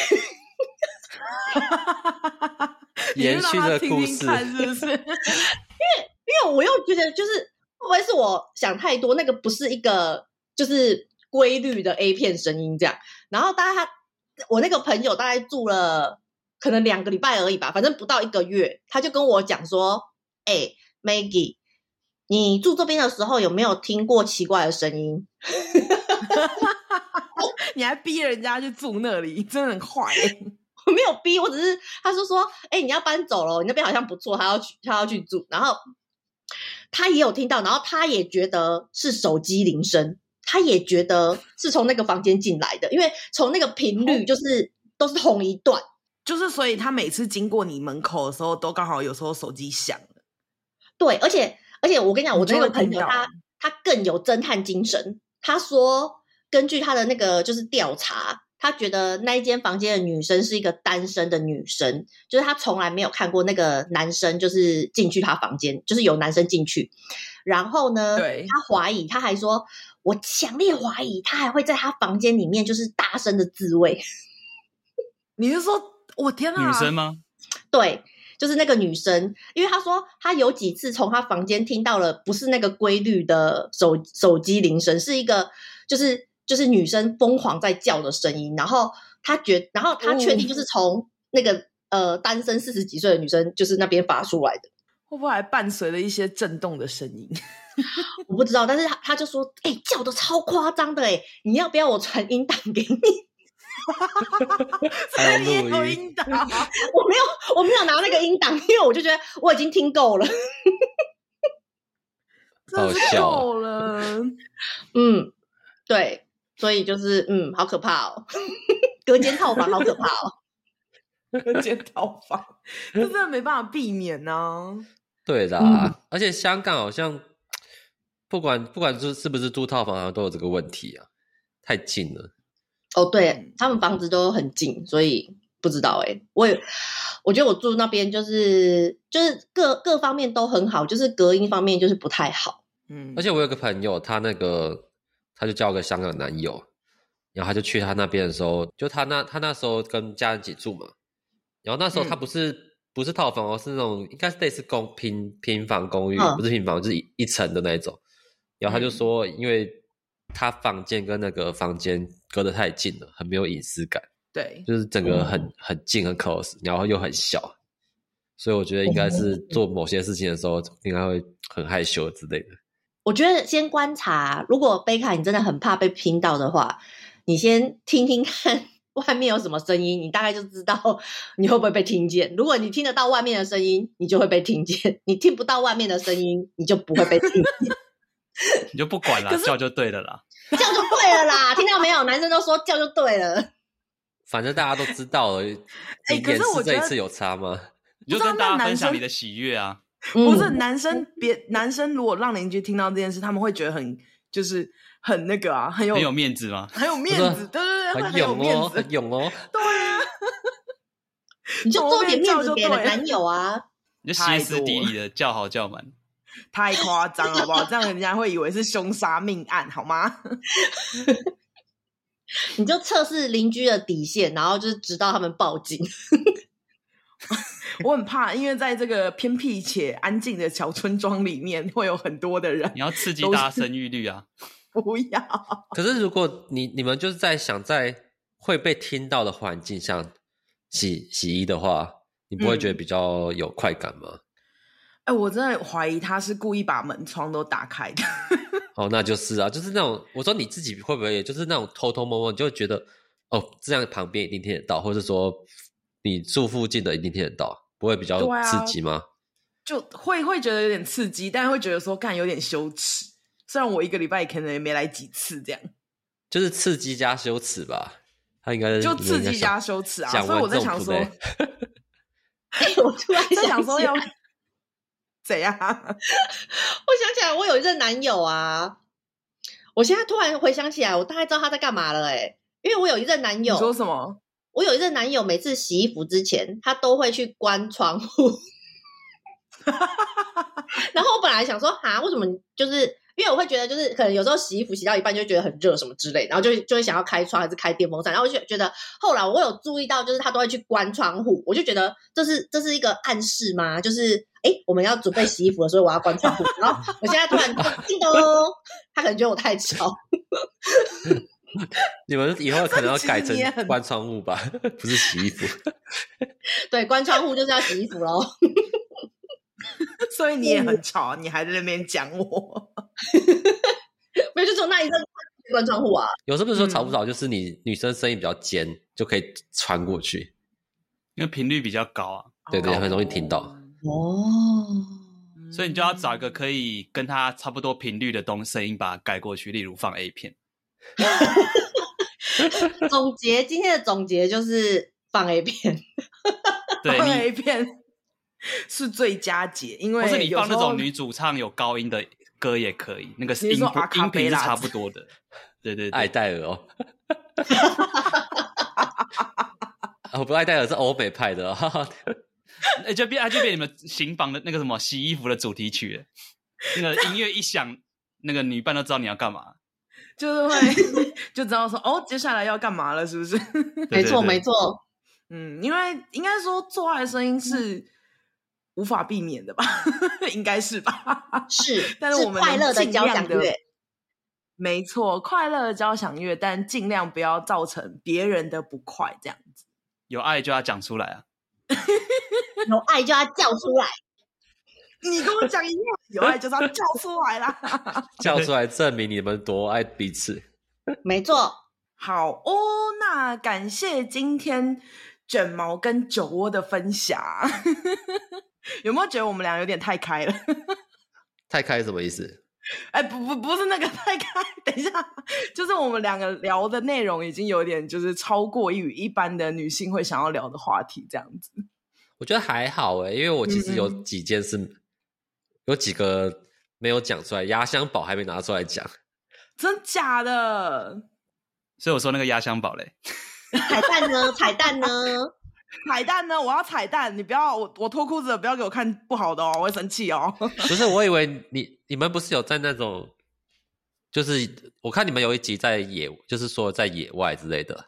Speaker 2: 你是
Speaker 4: 延续
Speaker 2: 让他
Speaker 4: 的
Speaker 2: 听
Speaker 4: 故
Speaker 2: 听
Speaker 4: 事
Speaker 2: 看是不是？
Speaker 1: 因
Speaker 2: (laughs)
Speaker 1: 为我又觉得就是会不会是我想太多，那个不是一个就是规律的 A 片声音这样。然后大概他我那个朋友大概住了可能两个礼拜而已吧，反正不到一个月，他就跟我讲说：“哎、m a g g i e 你住这边的时候有没有听过奇怪的声音？”
Speaker 2: 你还逼人家去住那里，真的很坏欸、
Speaker 1: 我没有逼，我只是他说说，哎、你要搬走了，你那边好像不错，他要去他要去住，然后他也有听到，然后他也觉得是手机铃声，他也觉得是从那个房间进来的，因为从那个频率就是都是同一段，
Speaker 2: 就是所以他每次经过你门口的时候，都刚好有时候手机响了，
Speaker 1: 对，而且而且我跟你讲，
Speaker 2: 你
Speaker 1: 我
Speaker 2: 就
Speaker 1: 那个
Speaker 2: 会
Speaker 1: 朋友
Speaker 2: 听到啊
Speaker 1: 他他更有侦探精神，他说根据他的那个就是调查，他觉得那一间房间的女生是一个单身的女生，就是他从来没有看过那个男生就是进去他房间，就是有男生进去，然后呢，
Speaker 2: 对
Speaker 1: 他怀疑，他还说。我强烈怀疑他还会在他房间里面就是大声的自慰，
Speaker 2: 你是说我天啊，
Speaker 5: 女生吗？
Speaker 1: 对，就是那个女生，因为她说她有几次从她房间听到了不是那个规律的手手机铃声，是一个就是就是女生疯狂在叫的声音，然后她觉，然后她确定就是从那个、呃单身四十几岁的女生就是那边发出来的。
Speaker 2: 会不会还伴随了一些震动的声音？
Speaker 1: 我不知道，但是他他就说，哎、叫的超夸张的、欸，哎，你要不要我传音档给你？
Speaker 2: (laughs) 所以
Speaker 4: 还
Speaker 2: 你
Speaker 4: 有
Speaker 2: 也
Speaker 4: 录
Speaker 2: 有
Speaker 4: 音
Speaker 2: 音档，
Speaker 4: (laughs)
Speaker 1: 我没有，我没有拿那个音档，因为我就觉得我已经听够了。
Speaker 2: 真的是
Speaker 4: 笑哦
Speaker 2: 够了。
Speaker 1: 嗯，对，所以就是嗯，好可怕哦， (laughs) 隔间套房好可怕哦。
Speaker 2: 剪头发，这真的没办法避免啊呢、
Speaker 4: 对啦，
Speaker 1: 嗯
Speaker 4: 而且香港好像不管不管是是不是租套房，好像都有这个问题啊，太近了。
Speaker 1: 哦，对他们房子都很近，所以不知道哎、我也我觉得我住那边就是就是各各方面都很好，就是隔音方面就是不太好。
Speaker 2: 嗯，
Speaker 4: 而且我有个朋友，他那个他就交个香港男友，然后他就去他那边的时候，就他那他那时候跟家人一起住嘛，然后那时候他
Speaker 2: 嗯
Speaker 4: 不是、不是套房哦，是那种应该是类似公平平房公寓，
Speaker 1: 嗯
Speaker 4: 不是平房，就是一一层的那一种。然后他就说，因为他房间跟那个房间隔得太近了，很没有隐私感，
Speaker 2: 对，
Speaker 4: 就是整个很、很近很 close，然后又很小。所以我觉得应该是做某些事情的时候，应该会很害羞之类的。
Speaker 1: 我觉得先观察，如果贝卡你真的很怕被拼到的话，你先听听看外面有什么声音，你大概就知道你会不会被听见。如果你听得到外面的声音，你就会被听见；你听不到外面的声音，你就不会被听见。
Speaker 5: 你就不管了，叫就对了啦。
Speaker 1: (laughs) 叫就对了啦，听到没有？男生都说叫就对了。
Speaker 4: 反正大家都知道了。
Speaker 2: (laughs) 哎
Speaker 4: 你
Speaker 2: 可是
Speaker 4: 演示
Speaker 2: 我觉得
Speaker 4: 这一次有差吗？
Speaker 5: 你就
Speaker 2: 不知道
Speaker 5: 跟大
Speaker 2: 那
Speaker 5: 家
Speaker 2: 男
Speaker 5: 分享
Speaker 2: 生
Speaker 5: 你的喜悦啊。
Speaker 4: 嗯
Speaker 2: 不是男生别男生，如果让邻居听到这件事，他们会觉得很就是很那个啊，很有
Speaker 5: 很有面子吗？
Speaker 2: 很有面
Speaker 4: 不
Speaker 2: 子，
Speaker 4: 是
Speaker 2: 对对对，会
Speaker 4: 很
Speaker 2: 很有
Speaker 4: 勇
Speaker 2: 面
Speaker 4: 哦，
Speaker 2: 子
Speaker 4: 很，
Speaker 2: (laughs)
Speaker 4: 勇哦。
Speaker 1: 你就做点面子给
Speaker 2: 我被叫就对了
Speaker 1: 男友啊。
Speaker 5: 你就歇斯底里的叫好叫满，
Speaker 2: 太夸张了好不好？这样人家会以为是凶杀命案，好吗？ (laughs)
Speaker 1: 你就测试邻居的底线，然后就是直到他们报警。 (laughs)
Speaker 2: 我很怕，因为在这个偏僻且安静的小村庄里面，会有很多的人
Speaker 5: 你要刺激大家生育率啊！
Speaker 2: 不要。
Speaker 4: 可是如果你你们就是在想在会被听到的环境下洗洗衣的话，你不会
Speaker 2: 嗯
Speaker 4: 觉得比较有快感吗？
Speaker 2: 哎、我真的怀疑他是故意把门窗都打开的。 (laughs)
Speaker 4: 哦，那就是啊，就是那种我说你自己会不会，也就是那种偷偷摸摸，你就会觉得哦，这样旁边一定听得到，或者说你住附近的一定听得到，不会比较
Speaker 2: 对啊
Speaker 4: 刺激吗？
Speaker 2: 就会会觉得有点刺激，但会觉得说干有点羞耻。虽然我一个礼拜可能也没来几次，这样
Speaker 4: 就是刺激加羞耻吧，他应该
Speaker 2: 就
Speaker 4: 你们
Speaker 2: 刺
Speaker 4: 应该
Speaker 2: 激
Speaker 4: 想
Speaker 2: 加羞耻啊。
Speaker 4: 讲
Speaker 2: 所以我
Speaker 4: 完
Speaker 2: 在
Speaker 4: 这种
Speaker 2: 想
Speaker 4: 土
Speaker 2: 说，
Speaker 4: 妹
Speaker 1: 我突然
Speaker 2: 在 (laughs) 想
Speaker 1: 想
Speaker 2: 说
Speaker 1: 起来
Speaker 2: 要 (laughs) 怎样？
Speaker 1: 我想起来，我有一任男友啊，我现在突然回想起来，我大概知道他在干嘛了哎、因为我有一任男
Speaker 2: 你说
Speaker 1: 友，
Speaker 2: 什么？ (laughs)
Speaker 1: 我有一任男友，每次洗衣服之前，他都会去关窗户。 (laughs) 然后我本来想说，哈，为什么你就是？因为我会觉得，就是可能有时候洗衣服洗到一半就会觉得很热什么之类，然后就会就会想要开窗还是开电风扇，然后我就觉得后来我有注意到，就是他都会去关窗户，我就觉得这是这是一个暗示吗？就是哎，诶我们要准备洗衣服了，所以我要关窗户。然后我现在突然叮咚，他可能觉得我太吵， (laughs)
Speaker 4: 你们以后可能要改
Speaker 2: 其实
Speaker 4: 成
Speaker 2: 你也很
Speaker 4: 关窗户吧， (laughs) 不是洗衣服。
Speaker 1: 对，关窗户就是要洗衣服喽。
Speaker 2: 所以你也很吵，你还在那边讲我。
Speaker 1: (laughs) 没有，就只有那一阵关窗户啊。
Speaker 4: (laughs) 有时候不是说吵不吵，就是你女生声音比较尖，就可以穿过去。
Speaker 5: 因为频率比较高啊，
Speaker 4: 对对
Speaker 2: 哦
Speaker 4: 很容易听到，
Speaker 1: 哦，
Speaker 5: 嗯
Speaker 2: 嗯
Speaker 5: 所以你就要找一个可以跟它差不多频率的东声音把它盖过去，例如放 A
Speaker 2: (laughs)
Speaker 5: 片。
Speaker 1: 总结今天的总结就是放 A
Speaker 2: (laughs)
Speaker 1: 片，
Speaker 5: 对
Speaker 2: 放
Speaker 5: 你，
Speaker 2: A 片是最佳解，因
Speaker 5: 或
Speaker 2: 为
Speaker 5: 是你
Speaker 2: 有
Speaker 5: 放
Speaker 2: 时
Speaker 5: 那
Speaker 2: 候
Speaker 5: 种女主唱有高音的歌也可以，那个
Speaker 2: 你
Speaker 5: 音
Speaker 2: 是说阿
Speaker 5: 频
Speaker 2: 卡
Speaker 5: 音
Speaker 2: 贝
Speaker 5: 频是
Speaker 2: 拉
Speaker 5: 差不多的。对对
Speaker 4: 艾
Speaker 5: 对，
Speaker 4: 戴尔 (laughs) 哦，啊我不，艾戴尔是欧美派的、哦， (laughs) 哈哈
Speaker 5: 哎，就变它就变你们行房的那个什么洗衣服的主题曲了，那个音乐一响，那个女伴都知道你要干嘛。
Speaker 2: 就是
Speaker 5: (laughs)
Speaker 2: 会就知道说哦，接下来要干嘛了，是不是？
Speaker 5: 对
Speaker 1: 没错
Speaker 5: 对对
Speaker 1: 没错。
Speaker 2: 嗯，因为应该说做爱的声音是无法避免的吧， (laughs) 应该是吧？
Speaker 1: 是，
Speaker 2: (laughs) 但是我们
Speaker 1: 快乐
Speaker 2: 能
Speaker 1: 的
Speaker 2: 尽
Speaker 1: 交
Speaker 2: 量
Speaker 1: 响
Speaker 2: 地
Speaker 1: 乐，
Speaker 2: 没错，快乐的交响乐，但尽量不要造成别人的不快，这样子。
Speaker 5: 有爱就要讲出来啊！
Speaker 1: 有爱就要叫出来。
Speaker 2: 你跟我讲一样，有爱就是要叫出来啦。
Speaker 4: 叫出来证明你们多爱彼此。
Speaker 1: 没错，
Speaker 2: (laughs) 好哦，呐，感谢今天卷毛跟酒窝的分享。 (laughs) 有没有觉得我们俩有点太开了？
Speaker 4: 太开什么意思？
Speaker 2: 哎、不不不是那个太开，等一下，就是我们两个聊的内容已经有点就是超过于一般的女性会想要聊的话题，这样子。
Speaker 4: 我觉得还好欸诶、因为我其实有几件是、有几个没有讲出来，压箱宝还没拿出来讲。
Speaker 2: 真假的
Speaker 5: 所以我说那个压箱宝嘞，
Speaker 1: 彩蛋
Speaker 2: (laughs)
Speaker 1: 呢？彩蛋呢？
Speaker 2: 彩蛋呢？我要彩蛋，你不要我我脱裤子了，不要给我看不好的哦，我会生气哦。 (laughs)
Speaker 4: (laughs) 不是，我以为你你们不是有在那种，就是我看你们有一集在野，就是说在野外之类的，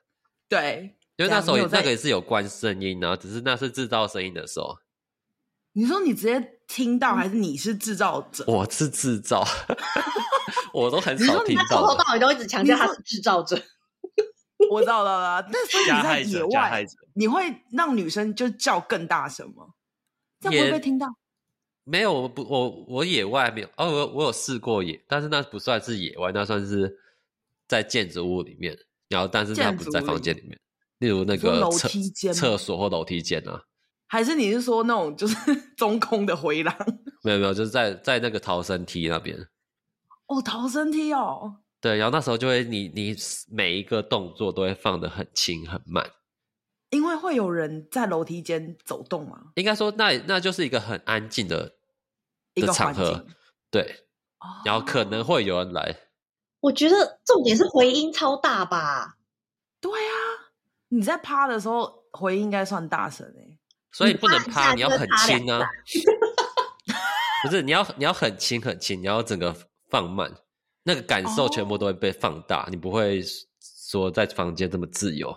Speaker 2: 对，
Speaker 4: 因
Speaker 2: 对
Speaker 4: 为
Speaker 2: 啊
Speaker 4: 那时候
Speaker 2: 没
Speaker 4: 也
Speaker 2: 有在
Speaker 4: 那个也是有关声音啊，只是那是制造声音的时候，
Speaker 2: 你说你直接听到还是你是制造者？
Speaker 4: 我是制造， (laughs) 我都很
Speaker 1: 你
Speaker 4: 少
Speaker 1: 说
Speaker 4: 听
Speaker 1: 他从
Speaker 4: 到
Speaker 1: 头
Speaker 4: 的。
Speaker 1: 到尾都一直强调他是制造者，
Speaker 2: 我知道了啦，但是
Speaker 5: 加
Speaker 2: 你在
Speaker 5: 害
Speaker 2: 野
Speaker 5: 者，加
Speaker 2: 外
Speaker 5: 害，者。
Speaker 2: 你会让女生就叫更大声吗？这样会
Speaker 4: 也
Speaker 2: 不会听到？
Speaker 4: 没有，我不，我我野外没有哦，我我有试过野，但是那不算是野外，那算是在建筑物里面，然后但是它
Speaker 2: 建
Speaker 4: 不是
Speaker 2: 筑
Speaker 4: 在
Speaker 2: 物
Speaker 4: 房
Speaker 2: 里
Speaker 4: 间里面，例如那
Speaker 2: 你说
Speaker 4: 个
Speaker 2: 楼
Speaker 4: 厕
Speaker 2: 梯间吗
Speaker 4: 厕所或楼梯间啊，
Speaker 2: 还是你是说那种就是 (laughs) 中空的回廊？
Speaker 4: 没有没有，就是在在那个逃生梯那边。
Speaker 2: 哦，逃生梯哦，
Speaker 4: 对，然后那时候就会你你每一个动作都会放得很轻很慢，
Speaker 2: 因为会有人在楼梯间走动嘛，
Speaker 4: 应该说那那就是一个很安静的
Speaker 2: 一
Speaker 4: 的
Speaker 2: 个
Speaker 4: 场
Speaker 2: 环境。
Speaker 4: 合，对，
Speaker 2: 哦
Speaker 4: 然后可能会有人来，
Speaker 1: 我觉得重点是回音超大吧。
Speaker 2: 对啊，你在趴的时候回音应该算大声哎、
Speaker 4: 所以不能
Speaker 1: 你趴一
Speaker 4: 趴，
Speaker 1: 下
Speaker 4: 你要
Speaker 1: 就
Speaker 4: 很
Speaker 1: 趴两
Speaker 4: 轻啊， (laughs) 不是你要你要很轻很轻，你要整个放慢，那个感受全
Speaker 2: 哦
Speaker 4: 部都会被放大，你不会说在房间这么自由，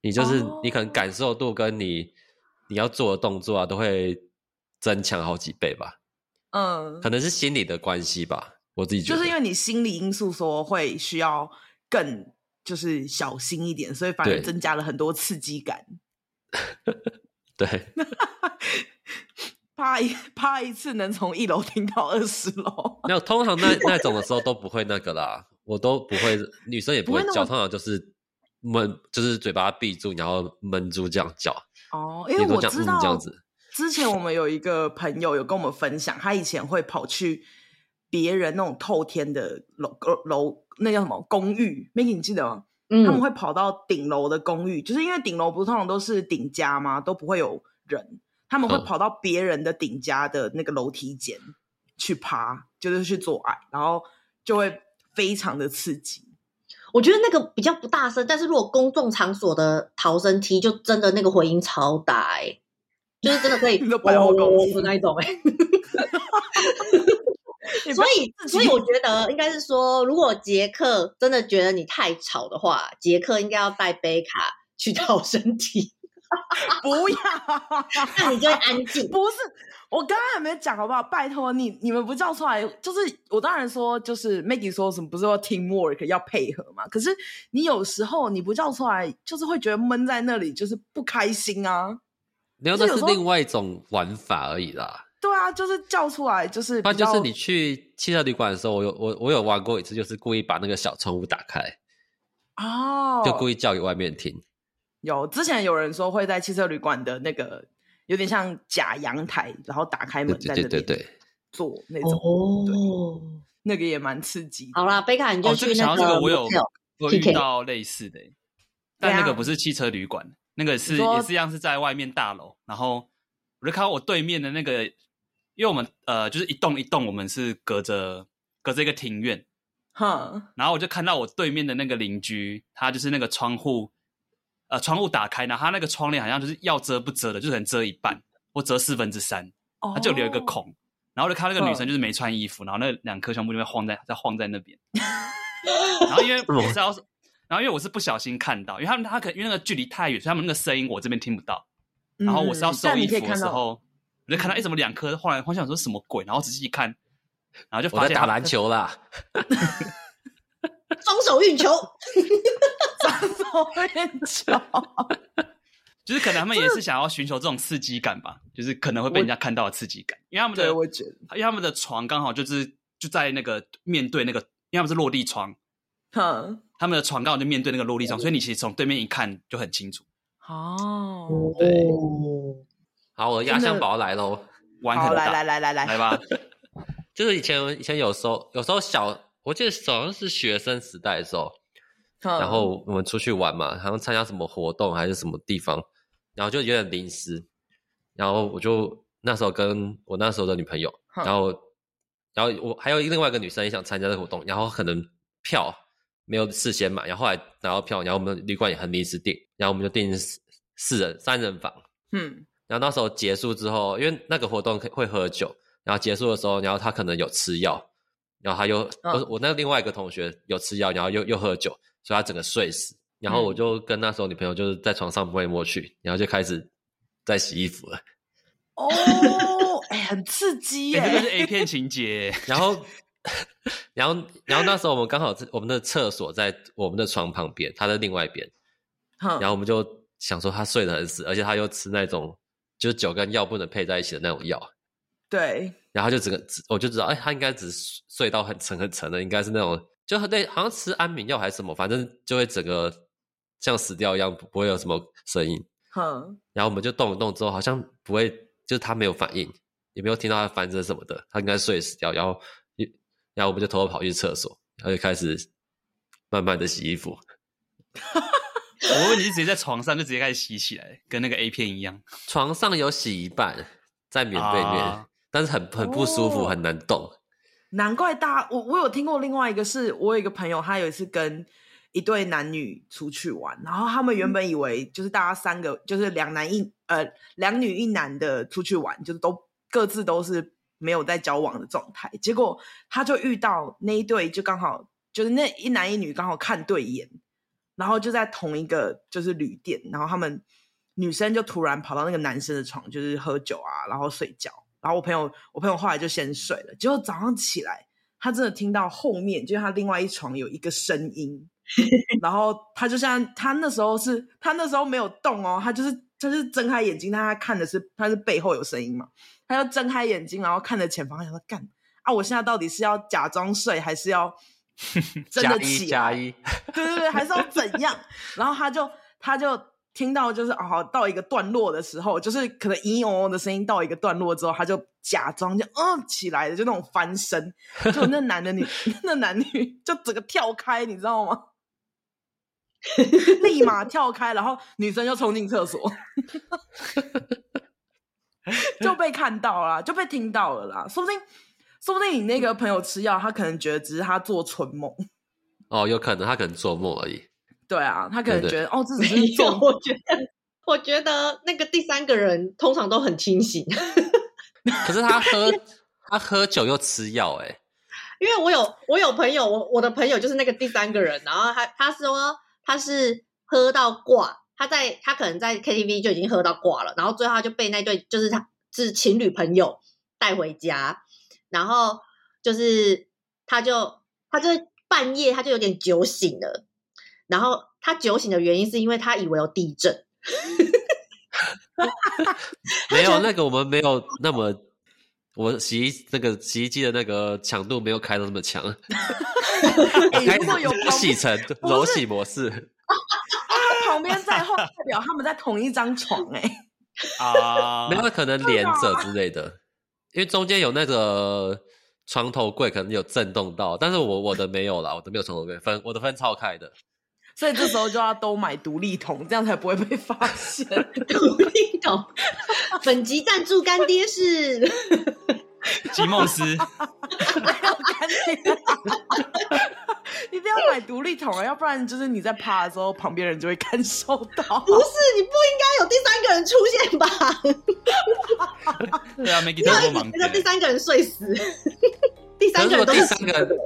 Speaker 4: 你就是、
Speaker 2: 哦
Speaker 4: 你可能感受度跟你你要做的动作啊都会增强好几倍吧，
Speaker 2: 嗯
Speaker 4: 可，能是心理的关系吧，我自己觉
Speaker 2: 就
Speaker 4: 得
Speaker 2: 是因为你心理因素说会需要更就是小心一点，所以反而
Speaker 4: 对
Speaker 2: 增加了很多刺激感。
Speaker 4: 对。
Speaker 2: 趴一 (laughs) 趴一次能从一楼听到二十楼， (laughs)
Speaker 4: 没有，通常那那种的时候都不会那个啦，我都不会，女生也不会
Speaker 2: 不会那
Speaker 4: 叫，
Speaker 2: 么
Speaker 4: 通常就是闷，就是嘴巴闭住，然后闷住这样叫，
Speaker 2: 哦，因
Speaker 4: 顶
Speaker 2: 为
Speaker 4: 多
Speaker 2: 我
Speaker 4: 这样
Speaker 2: 知
Speaker 4: 嗯
Speaker 2: 道
Speaker 4: 这样子。
Speaker 2: 之前我们有一个朋友有跟我们分享，他以前会跑去别人那种透天的楼楼楼，那叫什么公寓？Maggie，你记得吗？他们
Speaker 1: 嗯，
Speaker 2: 会跑到顶楼的公寓，就是因为顶楼不是通常都是顶家吗？都不会有人，他们会
Speaker 4: 嗯
Speaker 2: 跑到别人的顶家的那个楼梯间去爬，就是去做爱，然后就会非常的刺激。
Speaker 1: 我觉得那个比较不大声，但是如果公众场所的逃生梯，就真的那个回音超大哎、就是真的
Speaker 2: (laughs)
Speaker 1: 可以
Speaker 2: 你说百货公司
Speaker 1: 的那一种哎、
Speaker 2: 你不
Speaker 1: 所
Speaker 2: 要
Speaker 1: 以，
Speaker 2: 自己
Speaker 1: 所以我觉得应该是说，如果杰克真的觉得你太吵的话，杰克应该要带贝卡 (laughs) 去逃生梯，
Speaker 2: 不要，
Speaker 1: 那你就会安静。
Speaker 2: 不是，我刚刚还没讲好不好？拜托你，你们不叫出来，就是我当然说，就是 Maggie 说什么不是说 teamwork 要配合嘛？可是你有时候你不叫出来，就是会觉得闷在那里，就是不开心啊。
Speaker 4: 没有，
Speaker 2: 就
Speaker 4: 那
Speaker 2: 有
Speaker 4: 是
Speaker 2: 时候
Speaker 4: 另外一种玩法而已啦。
Speaker 2: 对啊，就是叫出来，就是
Speaker 4: 它
Speaker 2: 比较
Speaker 4: 就是你去汽车旅馆的时候，我有我我有玩过一次，就是故意把那个小窗户打开，
Speaker 2: 哦，
Speaker 4: 就故意叫给外面听。
Speaker 2: 有之前有人说会在汽车旅馆的那个有点像假阳台，然后打开
Speaker 4: 对
Speaker 2: 门在
Speaker 4: 对
Speaker 2: 那
Speaker 4: 对对
Speaker 2: 里
Speaker 4: 对，
Speaker 2: 做那种，
Speaker 1: 哦，
Speaker 2: 那个也蛮刺激的。
Speaker 1: 好啦，贝卡你就
Speaker 5: 哦这
Speaker 1: 去
Speaker 5: 个想
Speaker 1: 那
Speaker 5: 到这个我有
Speaker 1: motel
Speaker 5: 我有
Speaker 1: TK
Speaker 5: 遇到类似的欸、但那个不是汽车旅馆，那个是
Speaker 2: 你说
Speaker 5: 也是一样是在外面大楼，然后我就看到我对面的那个，因为我们呃就是一栋一栋，我们是隔着隔着一个庭院，
Speaker 2: 哼，
Speaker 5: 然后我就看到我对面的那个邻居，他就是那个窗户呃窗户打开，然后他那个窗帘好像就是要遮不遮的，就是可能遮一半或遮四分之三，
Speaker 2: 哦
Speaker 5: 他就留一个孔。然后就看到那个女生
Speaker 2: 嗯
Speaker 5: 就是没穿衣服，然后那两颗胸部就会晃在在晃在那
Speaker 2: (laughs)
Speaker 5: 边。然后因为我知道是，然后因为我是不小心看到，因为他们他可因为那个距离太远，所以他们那个声音我这边听不到。
Speaker 2: 嗯，
Speaker 5: 然后我是要收
Speaker 2: 但
Speaker 5: 衣
Speaker 2: 你可以
Speaker 5: 服的
Speaker 2: 看 (laughs)
Speaker 5: 时
Speaker 2: 到，
Speaker 5: 候，我就看到哎、诶怎么两颗晃来晃去，想说什么鬼？然后仔细一看，然后就
Speaker 4: 我
Speaker 5: 发
Speaker 4: 在
Speaker 5: 现
Speaker 4: 打
Speaker 5: 他
Speaker 4: 篮球啦，
Speaker 1: 双手运
Speaker 2: (laughs)
Speaker 1: 球，
Speaker 2: 哦我很巧。
Speaker 5: 就是可能他们也是想要寻求这种刺激感吧，就是可能会被人家看到的刺激感，因为他们的
Speaker 2: 对，我觉得
Speaker 5: 因为他们的床刚好就是就在那个面对那个，因为他们是落地窗，
Speaker 2: 哼，
Speaker 5: 他们的床刚好就面对那个落地窗，所以你其实从对面一看就很清楚。
Speaker 2: 哦，
Speaker 4: 对
Speaker 1: 哦
Speaker 4: 好，我的压箱宝来喽。
Speaker 5: 玩
Speaker 2: 好，
Speaker 5: 很
Speaker 2: 来
Speaker 5: 大，
Speaker 2: 来来来来，
Speaker 5: 来
Speaker 2: (laughs)
Speaker 5: 吧，
Speaker 4: 就是以前以前有时候有时候小，我记得好像是学生时代的时候，
Speaker 2: 哼，
Speaker 4: 然后我们出去玩嘛，好像参加什么活动还是什么地方，然后就有点淋湿，然后我就那时候跟我那时候的女朋友，
Speaker 2: 哼
Speaker 4: 然后然后我还有另外一个女生也想参加这个活动，然后可能票没有事先买，然后后来拿到票，然后我们旅馆也很临时订，然后我们就订四四人三人房，
Speaker 2: 嗯，
Speaker 4: 然后那时候结束之后，因为那个活动可以会喝酒，然后结束的时候，然后他可能有吃药，然后他又、
Speaker 2: 嗯
Speaker 4: 我我那另外一个同学有吃药，然后又又喝酒，所以他整个睡死。然后我就跟那时候女朋友就是在床上摸来摸去，然后就开始在洗衣服了。
Speaker 2: 哦，哎，很刺激
Speaker 5: 哎这个是
Speaker 2: 耶，
Speaker 5: A 片情节，
Speaker 4: 然后， (laughs) 然后，然后那时候我们刚好是我们的厕所在我们的床旁边，他在另外一边，
Speaker 2: 哼嗯
Speaker 4: 然，后我们就想说他睡得很死，而且他又吃那种就是酒跟药不能配在一起的那种药。
Speaker 2: 对，
Speaker 4: 然后他就整个，只我就知道，哎，他应该只是睡到很沉很沉的，应该是那种就很对，好像吃安眠药还是什么，反正就会整个像死掉一样，不不会有什么声音。
Speaker 2: 哼，
Speaker 4: 然后我们就动一动之后，好像不会，就是他没有反应，也没有听到他翻身什么的，他应该睡死掉。然后，然后我们就偷偷跑去厕所，然后就开始慢慢的洗衣服。
Speaker 5: 我问你是直接在床上就直接开始洗起来，跟那个 A 片一样，
Speaker 4: 床上有洗一半在棉被里面，
Speaker 5: 啊
Speaker 4: 但是很很不舒服，
Speaker 2: 哦
Speaker 4: 很难动。
Speaker 2: 难怪大家，我我有听过另外一个是，我有一个朋友，他有一次跟一对男女出去玩，然后他们原本以为就是大家三个，就是两男一呃两女一男的出去玩，就是都各自都是没有在交往的状态，结果他就遇到那一对，就刚好就是那一男一女刚好看对眼，然后就在同一个就是旅店，然后他们女生就突然跑到那个男生的床，就是喝酒啊，然后睡觉。然后我朋友，我朋友后来就先睡了。结果早上起来，他真的听到后面，就是他另外一床有一个声音，然后他就像他那时候是，他那时候没有动哦，他就是他就是睁开眼睛，但他看的是他是背后有声音嘛，他就睁开眼睛，然后看着前方，想说干啊，我现在到底是要假装睡，还是要 (laughs) 真
Speaker 4: 加
Speaker 2: 的
Speaker 4: 一
Speaker 2: 起
Speaker 4: 加
Speaker 2: 来？
Speaker 4: 一，
Speaker 2: 对对对，还是要怎样？然后他就他就听到就是哦，好到一个段落的时候，就是可能咦哦哦的声音到一个段落之后，他就假装就嗯起来了，就那种翻身，就那男的女 (laughs) 那男女就整个跳开，你知道吗？立马跳开，然后女生就冲进厕所，就被看到了，就被听到了啦。说不定，说不定你那个朋友吃药，他可能觉得只是他做春梦，
Speaker 4: 哦，有可能他可能做梦而已。
Speaker 2: 对啊，他可能
Speaker 4: 对
Speaker 2: 觉
Speaker 4: 对
Speaker 2: 得哦，这只
Speaker 1: 没
Speaker 2: 是
Speaker 1: 有，
Speaker 2: 做
Speaker 1: (laughs) 我觉得，我觉得那个第三个人通常都很清醒，
Speaker 4: 可是他喝他喝酒又吃药，
Speaker 2: (laughs)
Speaker 4: 哎，
Speaker 1: 因为我有我有朋友，我我的朋友就是那个第三个人，然后他他说他是喝到挂，他在他可能在 KTV 就已经喝到挂了，然后最后他就被那对就是他是情侣朋友带回家，然后就是他就他就是半夜他就有点酒醒了，然后他酒醒的原因是因为他以为有地震， (laughs)
Speaker 4: 没有那个我们没有那么，我洗衣那个洗衣机的那个强度没有开到那么强，
Speaker 2: 哎、
Speaker 4: 开
Speaker 2: 如果
Speaker 4: (laughs)
Speaker 2: 有
Speaker 4: 我
Speaker 2: 旁
Speaker 4: 洗成柔洗模式，
Speaker 2: 他旁边在后，代表他们在同一张床、哎，
Speaker 5: 啊，
Speaker 4: (laughs) 没有可能连着之类的，
Speaker 2: 啊
Speaker 4: 因为中间有那个床头柜可能有震动到，但是我我的没有啦，我的没有床头柜分，我的分超开的，
Speaker 2: 所以这时候就要都买独立桶，这样才不会被发现。 (laughs)
Speaker 1: 我不听懂。本集赞助干爹是。
Speaker 5: 吉梦
Speaker 4: (laughs)
Speaker 5: 斯，
Speaker 2: 没有干爹，一定要买独立桶啊，要不然就是你在趴的时候，旁边人就会感受到。
Speaker 1: 不是，你不应该有第三个人出现吧？
Speaker 5: 对啊，Maggie
Speaker 1: 不要
Speaker 5: 太
Speaker 1: 一
Speaker 5: 多
Speaker 1: 直
Speaker 5: 盲
Speaker 1: 觉得第
Speaker 5: 点，
Speaker 1: 三个人睡死， (laughs) 第三个人都
Speaker 4: 可
Speaker 1: 是
Speaker 4: 是如果第三个人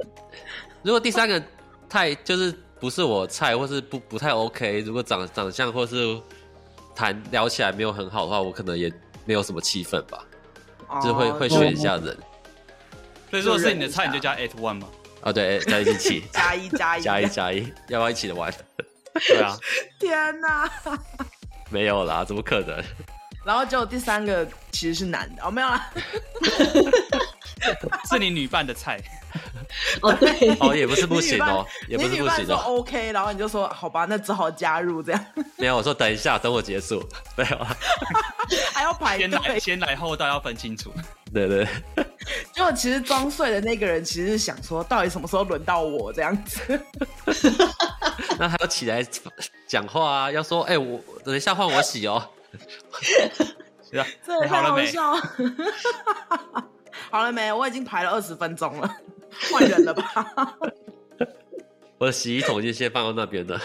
Speaker 4: 如果第三个太就是不是我菜，或是不不太 OK，如果长长相或是谈聊起来没有很好的话，我可能也没有什么气氛吧，就是
Speaker 2: 哦
Speaker 4: 会会选一下人
Speaker 5: 所以说是你的菜你就加 at one 嘛，
Speaker 4: 啊，对，在一起
Speaker 2: 加一加一
Speaker 4: 加一加一，要不要一起玩？
Speaker 5: 对啊，
Speaker 2: 天哪、
Speaker 4: 没有啦，怎么可能？
Speaker 2: 然后结果第三个其实是男的哦，没有啦，
Speaker 5: 是你女伴的菜，
Speaker 1: 哦，对，
Speaker 4: (laughs) 哦，也不是不行哦，也
Speaker 2: 你
Speaker 4: 不是
Speaker 2: 女
Speaker 4: 不
Speaker 2: 伴
Speaker 4: 行
Speaker 2: 说
Speaker 4: 哦。
Speaker 2: OK，然后你就说好吧，那只好加入这样，
Speaker 4: 没有，我说等一下，等我结束。没有啊，
Speaker 2: 还要排
Speaker 5: 先
Speaker 2: 队。
Speaker 5: 来先来后到要分
Speaker 2: (laughs)
Speaker 5: 清楚。
Speaker 4: 对对，
Speaker 2: 结果其实装睡的那个人其实是想说，到底什么时候轮到我这样 (laughs) 子？
Speaker 4: 那还要起来讲话啊，要说，哎、我等一下换我洗哦。
Speaker 5: 是啊，
Speaker 2: 这也
Speaker 5: 哎好
Speaker 2: 太
Speaker 5: 了
Speaker 2: 好
Speaker 5: 没？
Speaker 2: 笑了。 (laughs) 好了没？我已经排了二十分钟了，换人了 (laughs) 吧？
Speaker 4: 我的洗衣桶已经先放到那边了。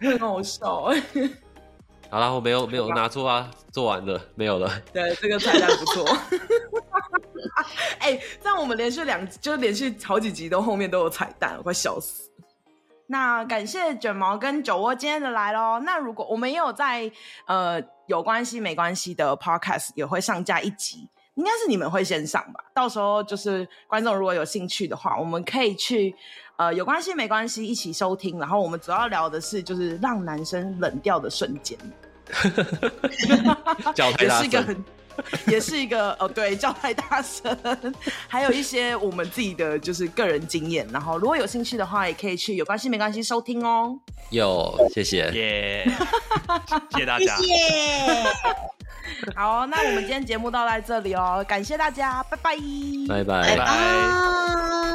Speaker 2: 很好笑。欸
Speaker 4: 好啦，我没有没有拿出啊，做完了，没有了。
Speaker 2: 对，这个菜单不错。 (laughs) 哎、这样我们连续两，就连续好几集都后面都有彩蛋，我快笑死。那感谢卷毛跟酒窝今天的来喽。那如果我们也有在呃有关系没关系的 podcast 也会上架一集，应该是你们会先上吧。到时候就是观众如果有兴趣的话，我们可以去呃有关系没关系一起收听。然后我们主要聊的是就是让男生冷掉的瞬间。
Speaker 4: 脚太
Speaker 2: 也
Speaker 4: 大
Speaker 2: 是一个
Speaker 4: 声，
Speaker 2: 很，也是一个哦，对，叫太大声，还有一些我们自己的就是个人经验。然后如果有兴趣的话，也可以去有关系没关系收听哦。
Speaker 4: 有，谢谢。
Speaker 2: (laughs)
Speaker 5: 耶，谢谢大
Speaker 1: 谢
Speaker 5: 家，
Speaker 1: 谢。
Speaker 2: 好哦，那我们今天节目到在这里哦，感谢大家，拜拜，
Speaker 4: 拜拜。
Speaker 5: 拜。
Speaker 1: 啊